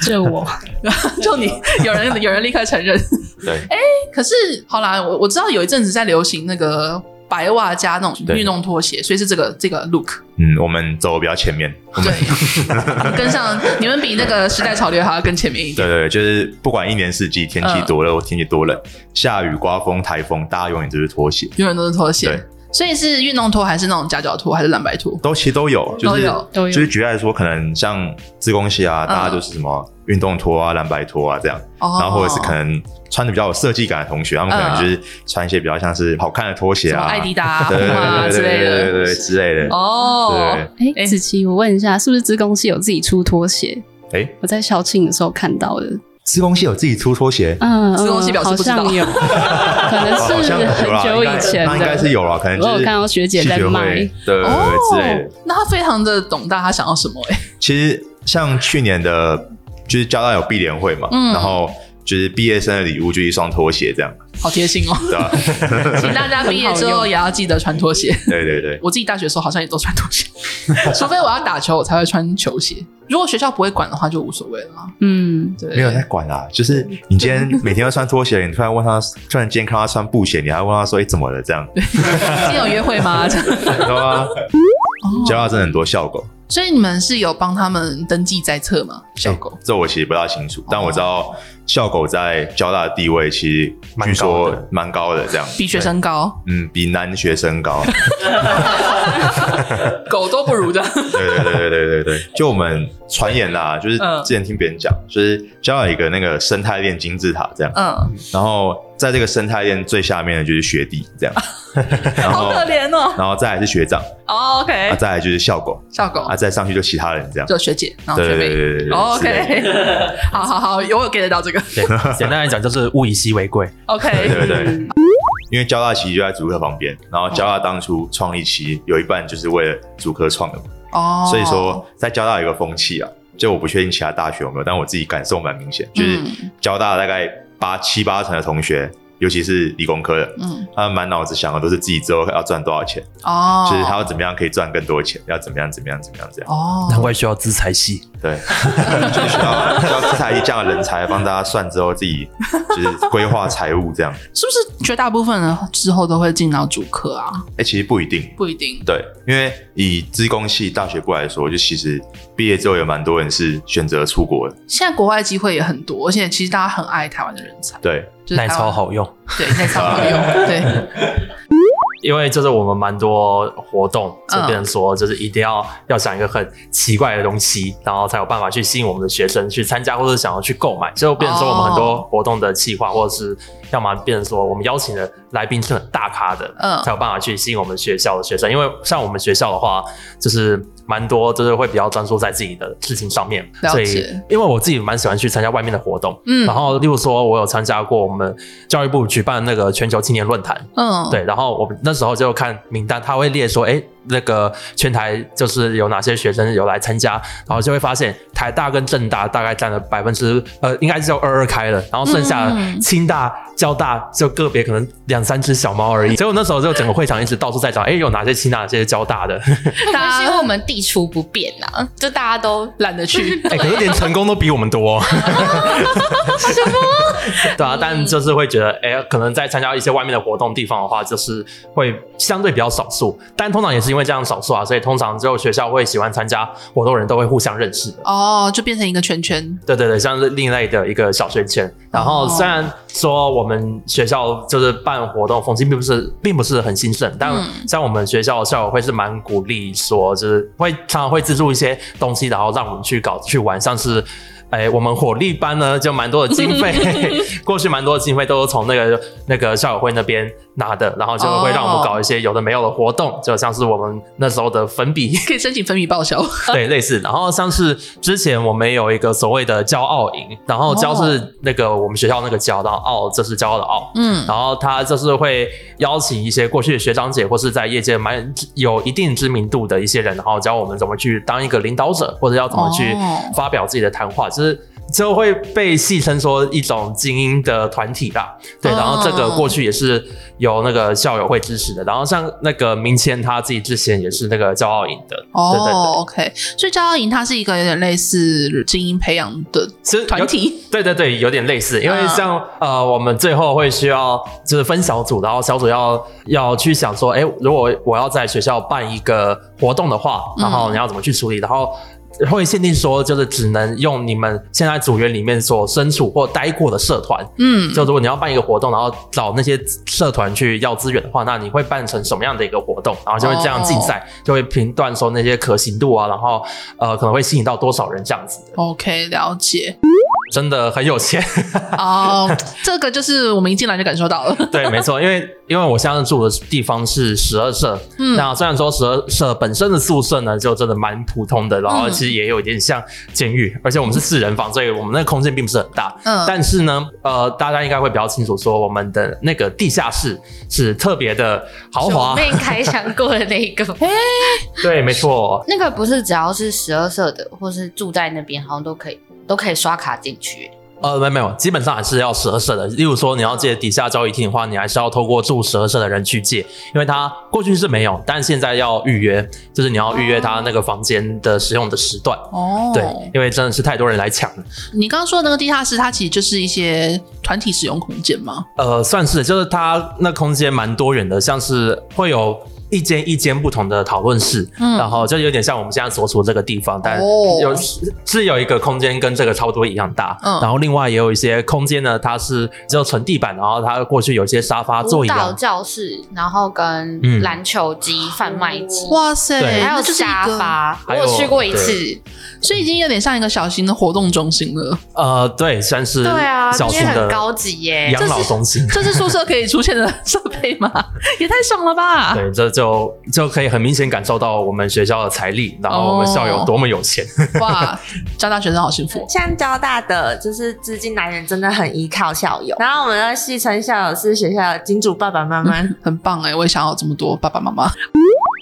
Speaker 4: 这我
Speaker 2: 就你有人有人立刻承认。
Speaker 7: 对，
Speaker 2: 哎可是好啦，我我知道有一阵子在流行那个白袜加那种
Speaker 7: 对
Speaker 2: 运动拖鞋，所以是这个这个 look。
Speaker 7: 嗯，我们走得比较前面，
Speaker 2: 对，跟上你们比那个时代潮流还要更前面一点。
Speaker 7: 对对，对就是不管一年四季，天气多热或天气多冷，下雨、刮风、台风，大家永远都是拖鞋，
Speaker 2: 永远都是拖
Speaker 7: 对
Speaker 2: 鞋。所以是运动拖还是那种夹脚拖还是蓝白拖？
Speaker 7: 都其实都有，就
Speaker 2: 都
Speaker 7: 是
Speaker 2: 有嗯
Speaker 4: 都
Speaker 7: 就
Speaker 4: 有
Speaker 7: 是举例来说，可能像自贡系啊，大家就是什么运动拖啊、蓝白拖啊这样，
Speaker 2: 哦，嗯
Speaker 7: 然后或者是可能穿的比较有设计感的同学，他们可能就是穿一些比较像是好看的拖鞋
Speaker 2: 什么
Speaker 7: 啊，
Speaker 2: 艾迪达啊、
Speaker 7: 对
Speaker 2: 红
Speaker 7: 对
Speaker 2: 啊
Speaker 7: 对
Speaker 2: 之
Speaker 7: 对
Speaker 2: 类
Speaker 7: 对对
Speaker 2: 的。
Speaker 7: 对对之类的，
Speaker 2: 哦，
Speaker 7: 对，
Speaker 4: 哎，子琪，我问一下，是不是资工系有自己出拖鞋？
Speaker 7: 哎，
Speaker 4: 我在校庆的时候看到的，
Speaker 7: 施工系有自己出拖鞋，哦
Speaker 4: 嗯，
Speaker 2: 资工
Speaker 4: 嗯
Speaker 2: 系表示
Speaker 4: 好
Speaker 2: 不知道
Speaker 4: 像 有，可能
Speaker 7: 好
Speaker 4: 是
Speaker 7: 像有
Speaker 4: 很
Speaker 7: 啦
Speaker 4: 久
Speaker 7: 应该
Speaker 4: 以前
Speaker 7: 那应该
Speaker 4: 的。
Speaker 7: 是有了，可能就
Speaker 4: 我有
Speaker 7: 是
Speaker 4: 看到学姐在
Speaker 7: 系学
Speaker 4: 卖
Speaker 7: 会对对
Speaker 2: 哦
Speaker 7: 对之类的。
Speaker 2: 那他非常的懂大家想要什么哎、
Speaker 7: 其实像去年的，就是交大有毕联会嘛，
Speaker 2: 嗯
Speaker 7: 然后就是毕业生的礼物就一双拖鞋这样，
Speaker 2: 好贴心哦！
Speaker 7: 对啊 吧？
Speaker 2: 请大家毕业之后也要记得穿拖鞋。
Speaker 7: 对对对，
Speaker 2: 我自己大学的时候好像也都穿拖鞋， 除非我要打球我才会穿球鞋。如果学校不会管的话就无所谓了啦。
Speaker 4: 嗯，
Speaker 2: 对，
Speaker 7: 没有人在管啦。就是你今天每天都穿拖鞋，你突然问他，突然今天看他穿布鞋，你还问他说：“哎、怎么了？” 这样，
Speaker 2: 今天有约会吗？这样
Speaker 7: 对吧？啊
Speaker 2: 哦
Speaker 7: 交大真的很多校狗，
Speaker 2: 所以你们是有帮他们登记在册吗？小狗，
Speaker 7: 这我其实不大清楚，但我知道校狗在交大的地位其实
Speaker 3: 蛮
Speaker 7: 据
Speaker 3: 高
Speaker 7: 说
Speaker 3: 的
Speaker 7: 蛮高的，这样
Speaker 2: 比学生高，
Speaker 7: 嗯比男学生高。
Speaker 2: 狗都不如的。
Speaker 7: 对对对对对对对，就我们传言啦，就是
Speaker 2: 嗯
Speaker 7: 之前听别人讲，就是交大有一个那个生态链金字塔这样，
Speaker 2: 嗯，
Speaker 7: 然后在这个生态链最下面的就是学弟这样，然
Speaker 2: 好
Speaker 7: 后
Speaker 2: 可怜哦。
Speaker 7: 然后再来是学长，
Speaker 2: 哦 OK，
Speaker 7: 啊再来就是校狗，
Speaker 2: 小狗
Speaker 7: 啊再上去就其他人这样。
Speaker 2: 就学姐，然后
Speaker 7: 对
Speaker 2: 学
Speaker 7: 对对
Speaker 2: 妹。
Speaker 7: 对对对对
Speaker 2: 哦
Speaker 7: 之类的
Speaker 2: OK，好 好好，我有 get 得到这个。
Speaker 3: 对，简单来讲就是物以稀为贵。
Speaker 2: OK，
Speaker 7: 对对对，因为交大其实就在主科旁边，然后交大当初创立期有一半就是为了主科创的嘛，
Speaker 2: 哦，
Speaker 7: 所以说在交大有一个风气啊，就我不确定其他大学有没有，但我自己感受蛮明显，就是
Speaker 2: 嗯
Speaker 7: 交大大概八七八成的同学，尤其是理工科的，
Speaker 2: 嗯，
Speaker 7: 他们满脑子想的都是自己之后要赚多少钱，
Speaker 2: 哦，
Speaker 7: 就是他要怎么样可以赚更多钱，要怎么样怎么样怎么样这样，
Speaker 2: 哦，
Speaker 3: 难怪需要资财系，
Speaker 7: 对，就是需要需要这台一这样的人才帮大家算之后自己就是规划财务这样，
Speaker 2: 是不是绝大部分人之后都会进到主科啊？
Speaker 7: 哎、其实不一定，
Speaker 2: 不一定。
Speaker 7: 对，因为以资工系大学部来说，就其实毕业之后有蛮多人是选择出国的。
Speaker 2: 现在国外机会也很多，而且其实大家很爱台湾的人才，
Speaker 7: 对，
Speaker 2: 就是
Speaker 3: 奶
Speaker 2: 台湾
Speaker 3: 超，好用。
Speaker 2: 对，奶超好用，对，
Speaker 3: 因为就是我们蛮多活动，就
Speaker 2: 嗯
Speaker 3: 变成说就是一定要要想一个很奇怪的东西，然后才有办法去吸引我们的学生去参加，或者想要去购买。所以变成说我们很多活动的计划，或者是要么变成说我们邀请的来宾是很大咖的，
Speaker 2: 嗯
Speaker 3: 才有办法去吸引我们学校的学生。因为像我们学校的话，就是蛮多就是会比较专注在自己的事情上面，
Speaker 2: 了
Speaker 3: 所
Speaker 2: 解
Speaker 3: 以因为我自己蛮喜欢去参加外面的活动，
Speaker 2: 嗯
Speaker 3: 然后例如说我有参加过我们教育部举办那个全球青年论坛。
Speaker 2: 嗯，
Speaker 3: 对，然后我们那时候就看名单，他会列说，哎，那个全台就是有哪些学生有来参加，然后就会发现台大跟政大大概占了百分之呃，应该是有二二开了，然后剩下
Speaker 2: 嗯
Speaker 3: 清大、交大就个别可能两三只小猫而已。所以我那时候就整个会场一直到处在找，哎，有哪些清大，哪些交大的，
Speaker 8: 但是因为我们地处不便啊，就大家都
Speaker 2: 懒得去，
Speaker 3: 哎，可是连 成功都比我们多，什么？对啊，但就是会觉得，哎、可能在参加一些外面的活动地方的话，就是会相对比较少数，但通常也是因为这样少数啊，所以通常只有学校会喜欢参加活动，人都会互相认识的。
Speaker 2: 哦，就变成一个圈圈，
Speaker 3: 对对对，像是另类的一个小圈圈。然后虽然说我们学校就是办活动风气并不是并不是很兴盛，但像我们学校的校友会是蛮鼓励说，就是会常常会资助一些东西，然后让我们去搞去玩，像是。哎，我们火力班呢，就蛮多的经费，过去蛮多的经费都是从那个那个校友会那边拿的，然后就会让我们搞一些有的没有的活动，就像是我们那时候的粉笔
Speaker 2: 可以申请粉笔报销，
Speaker 3: 对，类似。然后像是之前我们有一个所谓的骄傲营，然后骄是那个我们学校那个骄，然后傲这是骄傲的傲。
Speaker 2: 哦嗯，
Speaker 3: 然后他就是会邀请一些过去的学长姐，或是在业界蛮有一定知名度的一些人，然后教我们怎么去当一个领导者，或者要怎么去
Speaker 2: 哦
Speaker 3: 发表自己的谈话，就是就会被戏称说一种精英的团体吧。对，
Speaker 2: 哦
Speaker 3: 然后这个过去也是由那个校友会支持的，然后像那个明谦他自己之前也是那个骄傲营的，对对对
Speaker 2: 哦。，OK，所以教育营它是一个有点类似精英培养的
Speaker 3: 其实
Speaker 2: 团
Speaker 3: 有
Speaker 2: 体，
Speaker 3: 对对对，有点类似，因为
Speaker 2: 嗯
Speaker 3: 像、呃，我们最后会需要就是分小组，然后小组要要去想说，哎，如果我要在学校办一个活动的话，嗯然后你要怎么去处理，然后。会限定说，就是只能用你们现在组员里面所身处或待过的社团。
Speaker 2: 嗯，
Speaker 3: 就如果你要办一个活动，然后找那些社团去要资源的话，那你会办成什么样的一个活动？然后就会这样竞
Speaker 2: 哦
Speaker 3: 赛，就会评断说那些可行度啊，然后呃可能会吸引到多少人这样子的。
Speaker 2: OK，了解。
Speaker 3: 真的很有钱，
Speaker 2: 哦，这个就是我们一进来就感受到了。
Speaker 3: 对，没错，因为因为我现在住的地方是十二社，
Speaker 2: 嗯
Speaker 3: 那虽然说十二社本身的宿舍呢，就真的蛮普通的，然后
Speaker 2: 嗯
Speaker 3: 其实也有一点像监狱，而且我们是四人房，所以我们那个空间并不是很大。
Speaker 2: 嗯，
Speaker 3: 但是呢，呃，大家应该会比较清楚，说我们的那个地下室是特别的豪华啊
Speaker 8: 我，妹开箱过的那一个，
Speaker 3: 对，没错，
Speaker 9: 那个不是只要是十二社的，或是住在那边，好像都可以，都可以刷卡进去。
Speaker 3: 呃，没有没有，基本上还是要十二社的。例如说，你要借底下交易厅的话，你还是要透过住十二社的人去借，因为他过去是没有，但现在要预约，就是你要预约他那个房间的使用的时段。
Speaker 2: 哦，
Speaker 3: 对，因为真的是太多人来抢了。
Speaker 2: 你刚刚说的那个地下室，它其实就是一些团体使用空间嘛。
Speaker 3: 呃，算是，就是它那空间蛮多元的，像是会有一间一间不同的讨论室，
Speaker 2: 嗯
Speaker 3: 然后就有点像我们现在所处这个地方，但
Speaker 2: 哦
Speaker 3: 有、是有一个空间跟这个差不多一样大，
Speaker 2: 嗯
Speaker 3: 然后另外也有一些空间呢，它是只有纯地板，然后它过去有一些沙发
Speaker 8: 欸
Speaker 3: 座
Speaker 9: 舞
Speaker 3: 椅
Speaker 9: 蹈
Speaker 3: 啊，
Speaker 9: 教室，然后跟
Speaker 3: 嗯
Speaker 9: 篮球机、贩卖机，
Speaker 2: 哇塞，
Speaker 3: 对
Speaker 9: 还
Speaker 2: 那
Speaker 9: 有
Speaker 2: 就是一
Speaker 9: 沙
Speaker 2: 个，
Speaker 9: 发，啊我
Speaker 3: 还有
Speaker 9: 有去过一次。
Speaker 2: 所以已经有点像一个小型的活动中心了。
Speaker 3: 呃，对，算是
Speaker 9: 对啊，
Speaker 3: 小
Speaker 9: 那
Speaker 3: 型
Speaker 9: 边
Speaker 3: 的
Speaker 9: 很高级耶、
Speaker 3: 养老中心。
Speaker 2: 这是宿舍啊可以出现的设备吗？也太爽了吧！
Speaker 3: 对，这就就可以很明显感受到我们学校的财力，然后我们
Speaker 2: 哦
Speaker 3: 校友多么有钱。
Speaker 2: 哇，交大学生好幸 福哦。
Speaker 1: 像交大的就是资金来源真的很依靠校友，然后我们的戏称校友是学校的金主爸爸妈妈。
Speaker 2: 很棒哎、我也想要这么多爸爸妈妈。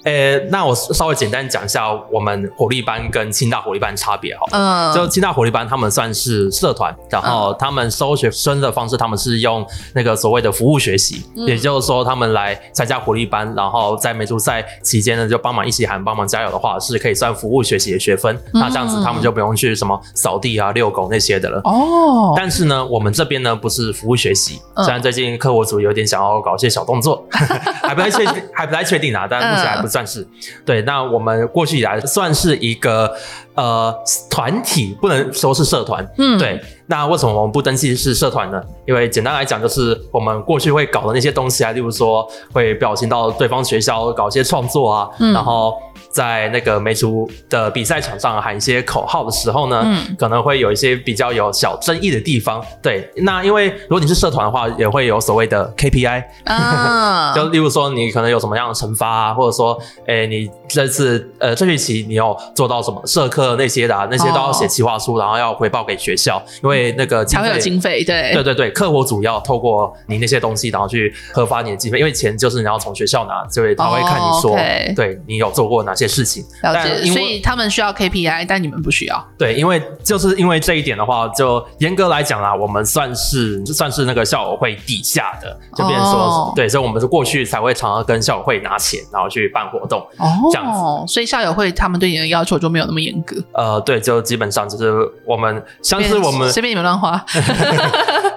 Speaker 3: 诶、呃那我稍微简单讲一下我们火力班跟清大火力班差别好了。
Speaker 2: 嗯，
Speaker 3: 就清大火力班，他们算是社团，然后他们收学生的方式，他们是用那个所谓的服务学习，
Speaker 2: 嗯
Speaker 3: 也就是说，他们来参加火力班，然后在美足赛期间呢，就帮忙一起喊、帮忙加油的话，是可以算服务学习的学分。
Speaker 2: 嗯
Speaker 3: 那这样子，他们就不用去什么扫地啊、遛狗那些的了。
Speaker 2: 哦，
Speaker 3: 但是呢，我们这边呢不是服务学习，
Speaker 2: 嗯
Speaker 3: 虽然最近课务组有点想要搞一些小动作， 还不太确定，还不太确定啊，但目前还不算是。对，那我们过去以来算是一个呃团体，不能说是社团。
Speaker 2: 嗯
Speaker 3: 对。那为什么我们不登记是社团呢？因为简单来讲，就是我们过去会搞的那些东西啊，例如说会表情到对方学校搞一些创作啊，
Speaker 2: 嗯
Speaker 3: 然后在那个梅竹的比赛场上喊一些口号的时候呢，
Speaker 2: 嗯
Speaker 3: 可能会有一些比较有小争议的地方。对，那因为如果你是社团的话，也会有所谓的 KPI，
Speaker 2: 啊，
Speaker 3: 就例如说，你可能有什么样的惩罚啊，或者说，哎、你这次呃这学期你有做到什么社课那些的、啊，那些都要写企划书，然后要回报给学校，因为那个经
Speaker 2: 哦才会有
Speaker 3: 费
Speaker 2: 经费，对
Speaker 3: 对对对，课活主要透过你那些东西，然后去核发你的经费，因为钱就是你要从学校拿，所以他会看你说，
Speaker 2: 哦，OK
Speaker 3: 对你有做过哪些事情。
Speaker 2: 了
Speaker 3: 但
Speaker 2: 解。
Speaker 3: 因
Speaker 2: 所
Speaker 3: 为
Speaker 2: 以他们需要 KPI，但你们不需要。
Speaker 3: 对，因为就是因为这一点的话，就严格来讲啦，我们算是算是那个校友会底下的，就变成说，
Speaker 2: 哦
Speaker 3: 对，所以我们是过去才会常常跟校友会拿钱，然后去办活动。这样
Speaker 2: 哦，
Speaker 3: 子
Speaker 2: 所以校友会他们对你的要求就没有那么严格，
Speaker 3: 呃，对，就基本上就是我们，像是我们
Speaker 2: 随便你们乱 花。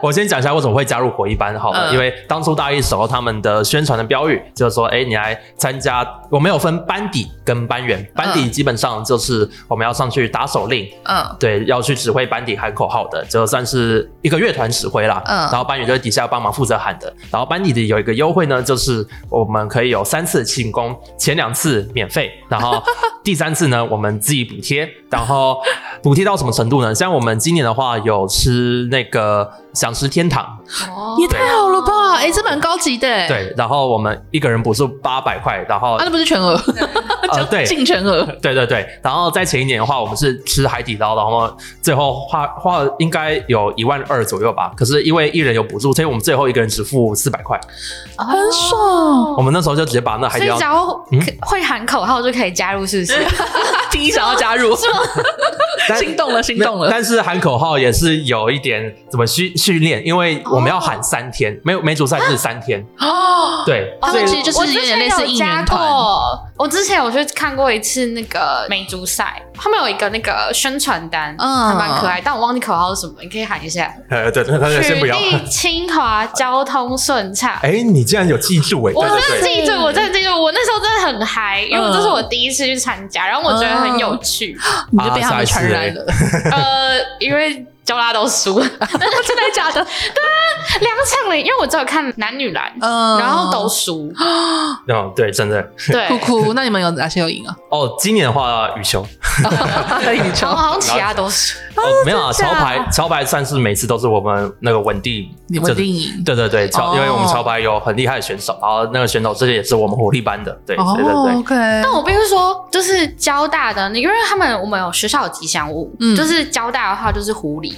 Speaker 3: 我先讲一下为什么会加入火一班好了，
Speaker 2: 嗯
Speaker 3: 因为当初大一时候他们的宣传的标语就是说，哎、你来参加，我们有分班底跟班员，班底基本上就是我们要上去打手令，
Speaker 2: 嗯
Speaker 3: 对，要去指挥班底喊口号的，就算是一个乐团指挥啦。
Speaker 2: 嗯
Speaker 3: 然后班员就在底下帮忙负责喊的。然后班底里有一个优惠呢，就是我们可以有三次庆功，前两次免费，然后第三次呢我们自己补贴。然后补贴到什么程度呢？像我们今年的话，有吃那个想吃天堂，
Speaker 8: 哦
Speaker 2: 也太好了吧？哎，这蛮高级的。，
Speaker 3: 对，然后我们一个人补助八百块，然后
Speaker 2: 哎啊，那不是全额，
Speaker 3: 呃对，
Speaker 2: 净全额。
Speaker 3: 对对对，然后在前一年的话，我们是吃海底捞，然后最后花花了应该有一万二左右吧。可是因为一人有补助，所以我们最后一个人只付四百块。
Speaker 2: 很爽，
Speaker 3: 我们那时候就直接把那
Speaker 8: 所
Speaker 3: 海嗯底
Speaker 8: 以
Speaker 3: 捞
Speaker 8: 只，要可会喊口号就可以加入，是不 是？
Speaker 2: 第一想要加 入，
Speaker 3: 但
Speaker 2: 心动了，心动了。
Speaker 3: 但是喊口号也是有一点怎么训训练，因为我们要喊三天，没有每组赛是三天。
Speaker 2: 哦，
Speaker 3: 对，
Speaker 2: 他们其实就
Speaker 8: 我
Speaker 2: 是
Speaker 8: 之
Speaker 2: 有点
Speaker 8: 前
Speaker 2: 类似
Speaker 8: 有
Speaker 2: 应
Speaker 8: 加
Speaker 2: 援团，
Speaker 8: 过，我之前有去看过一次那个美足赛，他们有一个那个宣传单，
Speaker 2: 嗯
Speaker 8: 还蛮可爱，但我忘记口号是什么，你可以喊一下。
Speaker 3: 呃，对，那那先
Speaker 8: 取
Speaker 3: 不要。
Speaker 8: 缔清华交通顺畅。
Speaker 3: 哎，你竟然有记住哎，
Speaker 8: 我
Speaker 3: 对对
Speaker 8: 真的
Speaker 3: 对。
Speaker 8: 记住，我真的记住，我那时候真的很嗨，因为这是我第一次去参加，然后我觉得很有趣。
Speaker 2: 你就被他
Speaker 3: 啊
Speaker 2: 们传染
Speaker 3: 哎
Speaker 2: 了。
Speaker 8: 呃，因为交拉都输， 真的假 的？对啊，两场了，因为我只有看男女篮，
Speaker 2: 嗯
Speaker 8: 然后都 输。
Speaker 3: 嗯，对，真的。
Speaker 8: 对，
Speaker 2: 哭哭。那你们有哪些有赢啊？
Speaker 3: 哦，今年的话，羽球。
Speaker 8: 然
Speaker 2: 羽
Speaker 8: 后好 像其他都输。
Speaker 3: 哦，没有啊，桥牌桥牌算是每次都是我们那个稳定，
Speaker 2: 你稳定
Speaker 3: 就是
Speaker 2: 赢
Speaker 3: 对对对，桥、
Speaker 2: 哦
Speaker 3: 因为我们桥牌有很厉害的选手，然后那个选手之前也是我们火力班的，对、
Speaker 2: 哦
Speaker 3: 对对对。
Speaker 2: ，OK，但
Speaker 8: 但我必须说，就是交大的，因为他们我们有学校有吉祥物，
Speaker 2: 嗯
Speaker 8: 就是交大的话就是狐狸，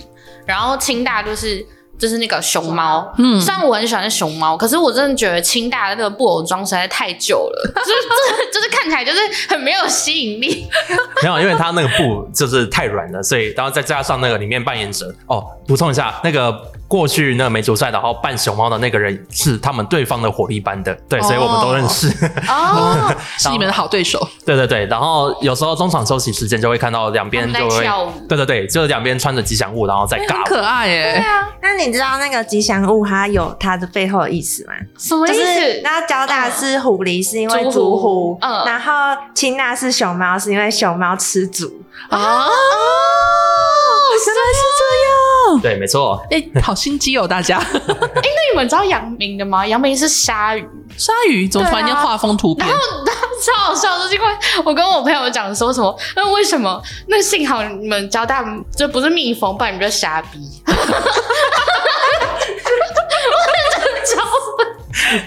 Speaker 8: 然后清大就是就是那个熊猫。
Speaker 2: 嗯
Speaker 8: 虽然我很喜欢熊猫，可是我真的觉得清大的那个布偶装实在太旧 了，就是就是就是看起来就是很没有吸引力。
Speaker 3: 没有，因为他那个布就是太软了，所以然后再加上那个里面扮演者哦，补充一下，那个过去那个梅竹赛，然后扮熊猫的那个人是他们对方的火力班的，对，所以我们都认识。
Speaker 8: 哦，
Speaker 2: 是你们的好对手。
Speaker 3: 对对对，然后有时候中场休息时间就会看到两边
Speaker 8: 他
Speaker 3: 就
Speaker 8: 们在
Speaker 3: 会
Speaker 8: 跳舞，
Speaker 3: 对对对，就是两边穿着吉祥物，然后在
Speaker 2: 哎
Speaker 3: 尬
Speaker 2: 很
Speaker 3: 舞。
Speaker 2: 可爱耶、
Speaker 1: 啊那你知道那个吉祥物它有它的背后的意思吗？
Speaker 8: 什么
Speaker 1: 就
Speaker 8: 意
Speaker 1: 是
Speaker 8: 思？
Speaker 1: 那交大是狐狸，是因为
Speaker 8: 竹
Speaker 1: 竹
Speaker 8: 狐
Speaker 1: 狐，
Speaker 8: 嗯
Speaker 1: 然后清大是熊猫，是因为熊猫吃哦竹。
Speaker 2: 啊！
Speaker 3: 对，没错，
Speaker 2: 哎、好心机哦，大家。
Speaker 8: 那你们知道杨明的吗？杨明是鲨鱼，
Speaker 2: 鲨鱼怎么突然间
Speaker 8: 对啊
Speaker 2: 画风突变？
Speaker 8: 超好笑的，就是因为我跟我朋友讲说什么，那为什么？那幸好你们交大就不是蜜蜂，不然你们就瞎逼。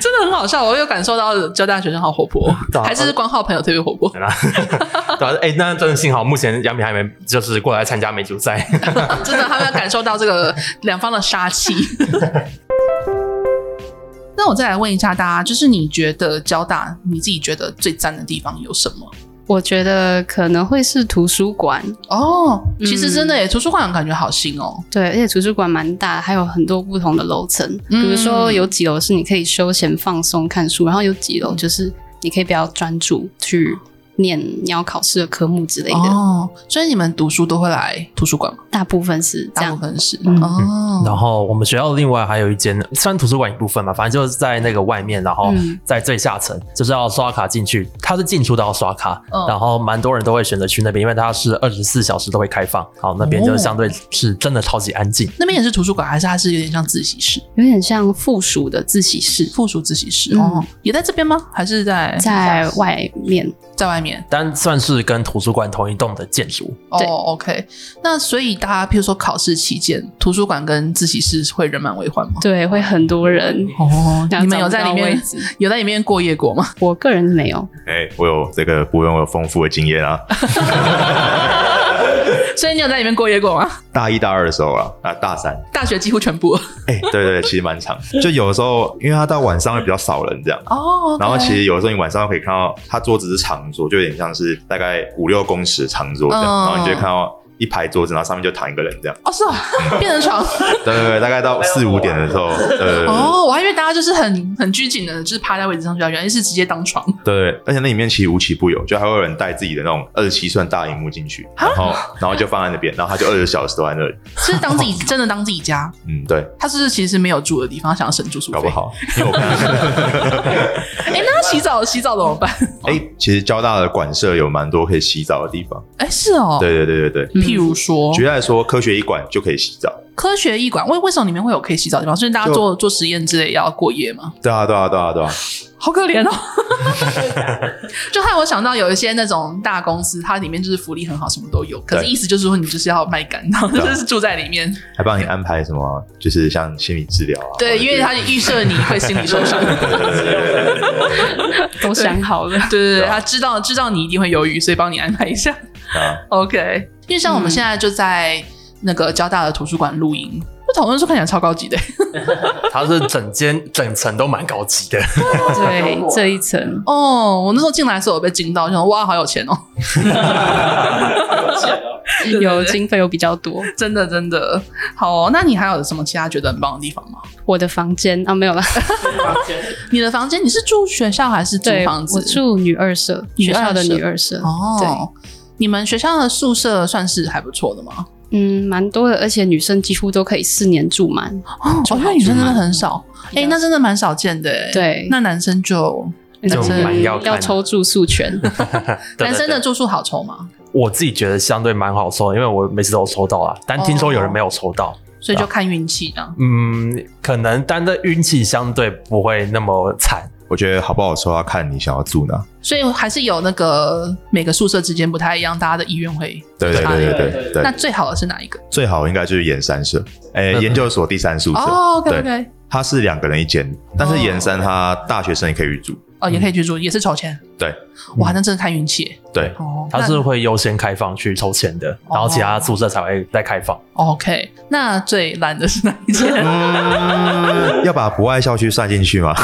Speaker 2: 真的很好笑，我有感受到交大学生好活泼，
Speaker 3: 对啊
Speaker 2: 还是光浩朋友特别活泼。
Speaker 3: 对啦，对啊，哎，那真的幸好目前杨明还没就是过来参加美足赛。
Speaker 2: 真的，他们感受到这个两方的杀 气。那我再来问一下大家，就是你觉得交大你自己觉得最赞的地方有什么？
Speaker 4: 我觉得可能会是图书馆，
Speaker 2: 哦，
Speaker 4: 嗯
Speaker 2: 其实真的耶，图书馆感觉好新哦。
Speaker 4: 对，而且图书馆蛮大，还有很多不同的楼层，
Speaker 2: 嗯
Speaker 4: 比如说有几楼是你可以休闲放松看书，然后有几楼就是你可以比较专注去念你要考试的科目之类的，
Speaker 2: 哦，所以你们读书都会来哎图书馆吗？
Speaker 4: 大部分是这
Speaker 2: 大
Speaker 4: 样
Speaker 2: 部。分是
Speaker 4: 嗯
Speaker 3: 然
Speaker 2: 哦，
Speaker 3: 后我们学校另外还有一间，算图书馆一部分嘛，反正就是在那个外面，然后
Speaker 4: 嗯
Speaker 3: 在最下层，就是要刷卡进去，它是进出都要刷卡，
Speaker 2: 嗯
Speaker 3: 然后蛮多人都会选择去那边，因为它是二十四小时都会开放，好，那边就
Speaker 2: 哦
Speaker 3: 相对是真的超级安静。
Speaker 2: 那边也是图书馆，还是它是有点像自习室、
Speaker 4: 有点像附属的自习室，
Speaker 2: 附属自习室？
Speaker 4: 嗯
Speaker 2: 哦，也在这边吗？还是在
Speaker 4: 在外面。
Speaker 2: 在外面？
Speaker 3: 但算是跟图书馆同一栋的建筑，
Speaker 2: 哦
Speaker 4: 对
Speaker 2: ，OK，那所以大家，譬如说考试期间，图书馆跟自习室会人满为患吗？
Speaker 4: 对，会很多人。
Speaker 2: 哦
Speaker 4: 然后
Speaker 2: 你们有在
Speaker 4: 找
Speaker 2: 里
Speaker 4: 不到位
Speaker 2: 面
Speaker 4: 置
Speaker 2: 有在里面过夜过吗？
Speaker 4: 我个人是没有，
Speaker 7: 哎、我有这个部分，我有丰富的经验啊。
Speaker 2: 所以你有在里面过夜过吗？
Speaker 7: 大一大二的时候啊，啊大三，
Speaker 2: 大学几乎全部
Speaker 7: 哎、对对，其实蛮长。就有的时候，因为他到晚上会比较少人这样，
Speaker 2: 哦
Speaker 7: 然后其实有的时候你晚上可以看到，它桌子是长桌，就有点像是大概五六公尺的长桌这样，
Speaker 2: 嗯
Speaker 7: 然后你就会看到一排桌子，然后上面就躺一个人这样。
Speaker 2: 哦是 哦，变成床
Speaker 7: 对对对，大概到四五点的时候，对对对对
Speaker 2: 哦，我还以为大家就是很很拘谨的，就是趴在位置上去啊，原来是直接当 床
Speaker 7: 对，而且那里面其实无奇不有，就还会有人带自己的那种二十七寸大荧幕进去，然后然后就放在那边，然后他就二十小时都在那里。
Speaker 2: 是当自己真的当自己家。
Speaker 7: 嗯，对，
Speaker 2: 他是不是其实没有住的地方，想要省住宿费。
Speaker 7: 搞不。好，因 为我看到，
Speaker 2: 哎、那他洗澡洗澡怎么 办？
Speaker 7: 哎、其实交大的馆舍有蛮多可以洗澡的地方。
Speaker 2: 哎、是哦。
Speaker 7: 对对对对对，
Speaker 2: 譬如说，
Speaker 7: 举例来说，科学一馆就可以洗澡。
Speaker 2: 科学艺馆为为什么里面会有可以洗澡的地方？是大家
Speaker 7: 就
Speaker 2: 做做实验之类要过夜吗？
Speaker 7: 对啊，对啊，对啊，对啊，
Speaker 2: 好可怜哦，哦 就害我想到有一些那种大公司，它里面就是福利很好，什么都有，可是
Speaker 7: 对
Speaker 2: 意思就是说你就是要卖干，然后
Speaker 7: 对啊
Speaker 2: 就是住在里面。
Speaker 7: 还帮你安排什么，就是像心理治疗啊。或
Speaker 2: 对，
Speaker 7: 者
Speaker 2: 因为它预设你会心理受 伤。
Speaker 4: 都想好了。
Speaker 2: 对 对对，
Speaker 7: 对啊
Speaker 2: 他知道知道你一定会犹豫，所以帮你安排一 下。
Speaker 7: 啊，
Speaker 2: OK，因为像我们现在就在那个交大的图书馆录音，这讨论书看起来超高级的。
Speaker 3: 它是整间整层都蛮高级的。
Speaker 4: 对，这一层
Speaker 2: 哦，我那时候进来的时候我被惊到，想说哇，好有钱哦。对
Speaker 4: 有经费有比较多。
Speaker 2: 真的真的好哦、那你还有什么其他觉得很棒的地方吗？
Speaker 4: 我的房间啊，没有啦，
Speaker 2: 你的房间你是住学校还是住
Speaker 4: 对，
Speaker 2: 房子？
Speaker 4: 我住女二舍，
Speaker 2: 女
Speaker 4: 学校的
Speaker 2: 二舍
Speaker 4: 女二舍。
Speaker 2: 哦。你们学校的宿舍算是还不错的吗？
Speaker 4: 嗯，蛮多的，而且女生几乎都可以四年住满。啊
Speaker 2: 哦，
Speaker 4: 就
Speaker 2: 因
Speaker 4: 好
Speaker 2: 为女生
Speaker 4: 住
Speaker 2: 真的
Speaker 4: 嘛
Speaker 2: 很少，哎、那真的蛮少见的、哎，
Speaker 4: 对
Speaker 2: 那男生就
Speaker 4: 男
Speaker 3: 就蛮
Speaker 4: 生
Speaker 3: 要看的
Speaker 4: 要抽住宿权，
Speaker 3: 对
Speaker 2: 男生的
Speaker 3: 对对
Speaker 2: 住宿好抽吗？
Speaker 3: 我自己觉得相对蛮好抽，因为我每次都有抽到啊，但听说有人没有抽到。
Speaker 2: 所以
Speaker 3: 啊
Speaker 2: 就看运气这样。
Speaker 3: 嗯，可能单的运气相对不会那么惨，
Speaker 7: 我觉得好不好抽要看你想要住哪。
Speaker 2: 所以还是有那个每个宿舍之间不太一样，大家的意愿会
Speaker 7: 对对
Speaker 2: 差异
Speaker 7: 对对对
Speaker 2: 那
Speaker 7: 对，
Speaker 2: 最好的是哪一个？
Speaker 7: 最好应该就是研三社，诶，
Speaker 3: 嗯
Speaker 7: 研究所第三宿舍，
Speaker 2: 哦，OK
Speaker 7: 对
Speaker 2: OK，哦
Speaker 7: 它是两个人一间，但是研三它大学生也可以去住。
Speaker 2: 哦，也可以去住，也是筹钱。
Speaker 7: 对
Speaker 3: 嗯
Speaker 2: 哇，那真的看运气耶
Speaker 7: 对，
Speaker 2: 哦。
Speaker 3: 它
Speaker 2: 那
Speaker 3: 是会优先开放去抽签的，然后其他宿舍才会再开放。
Speaker 2: OK，那最烂的是哪一间？
Speaker 7: 嗯，要把不爱校区算进去吗？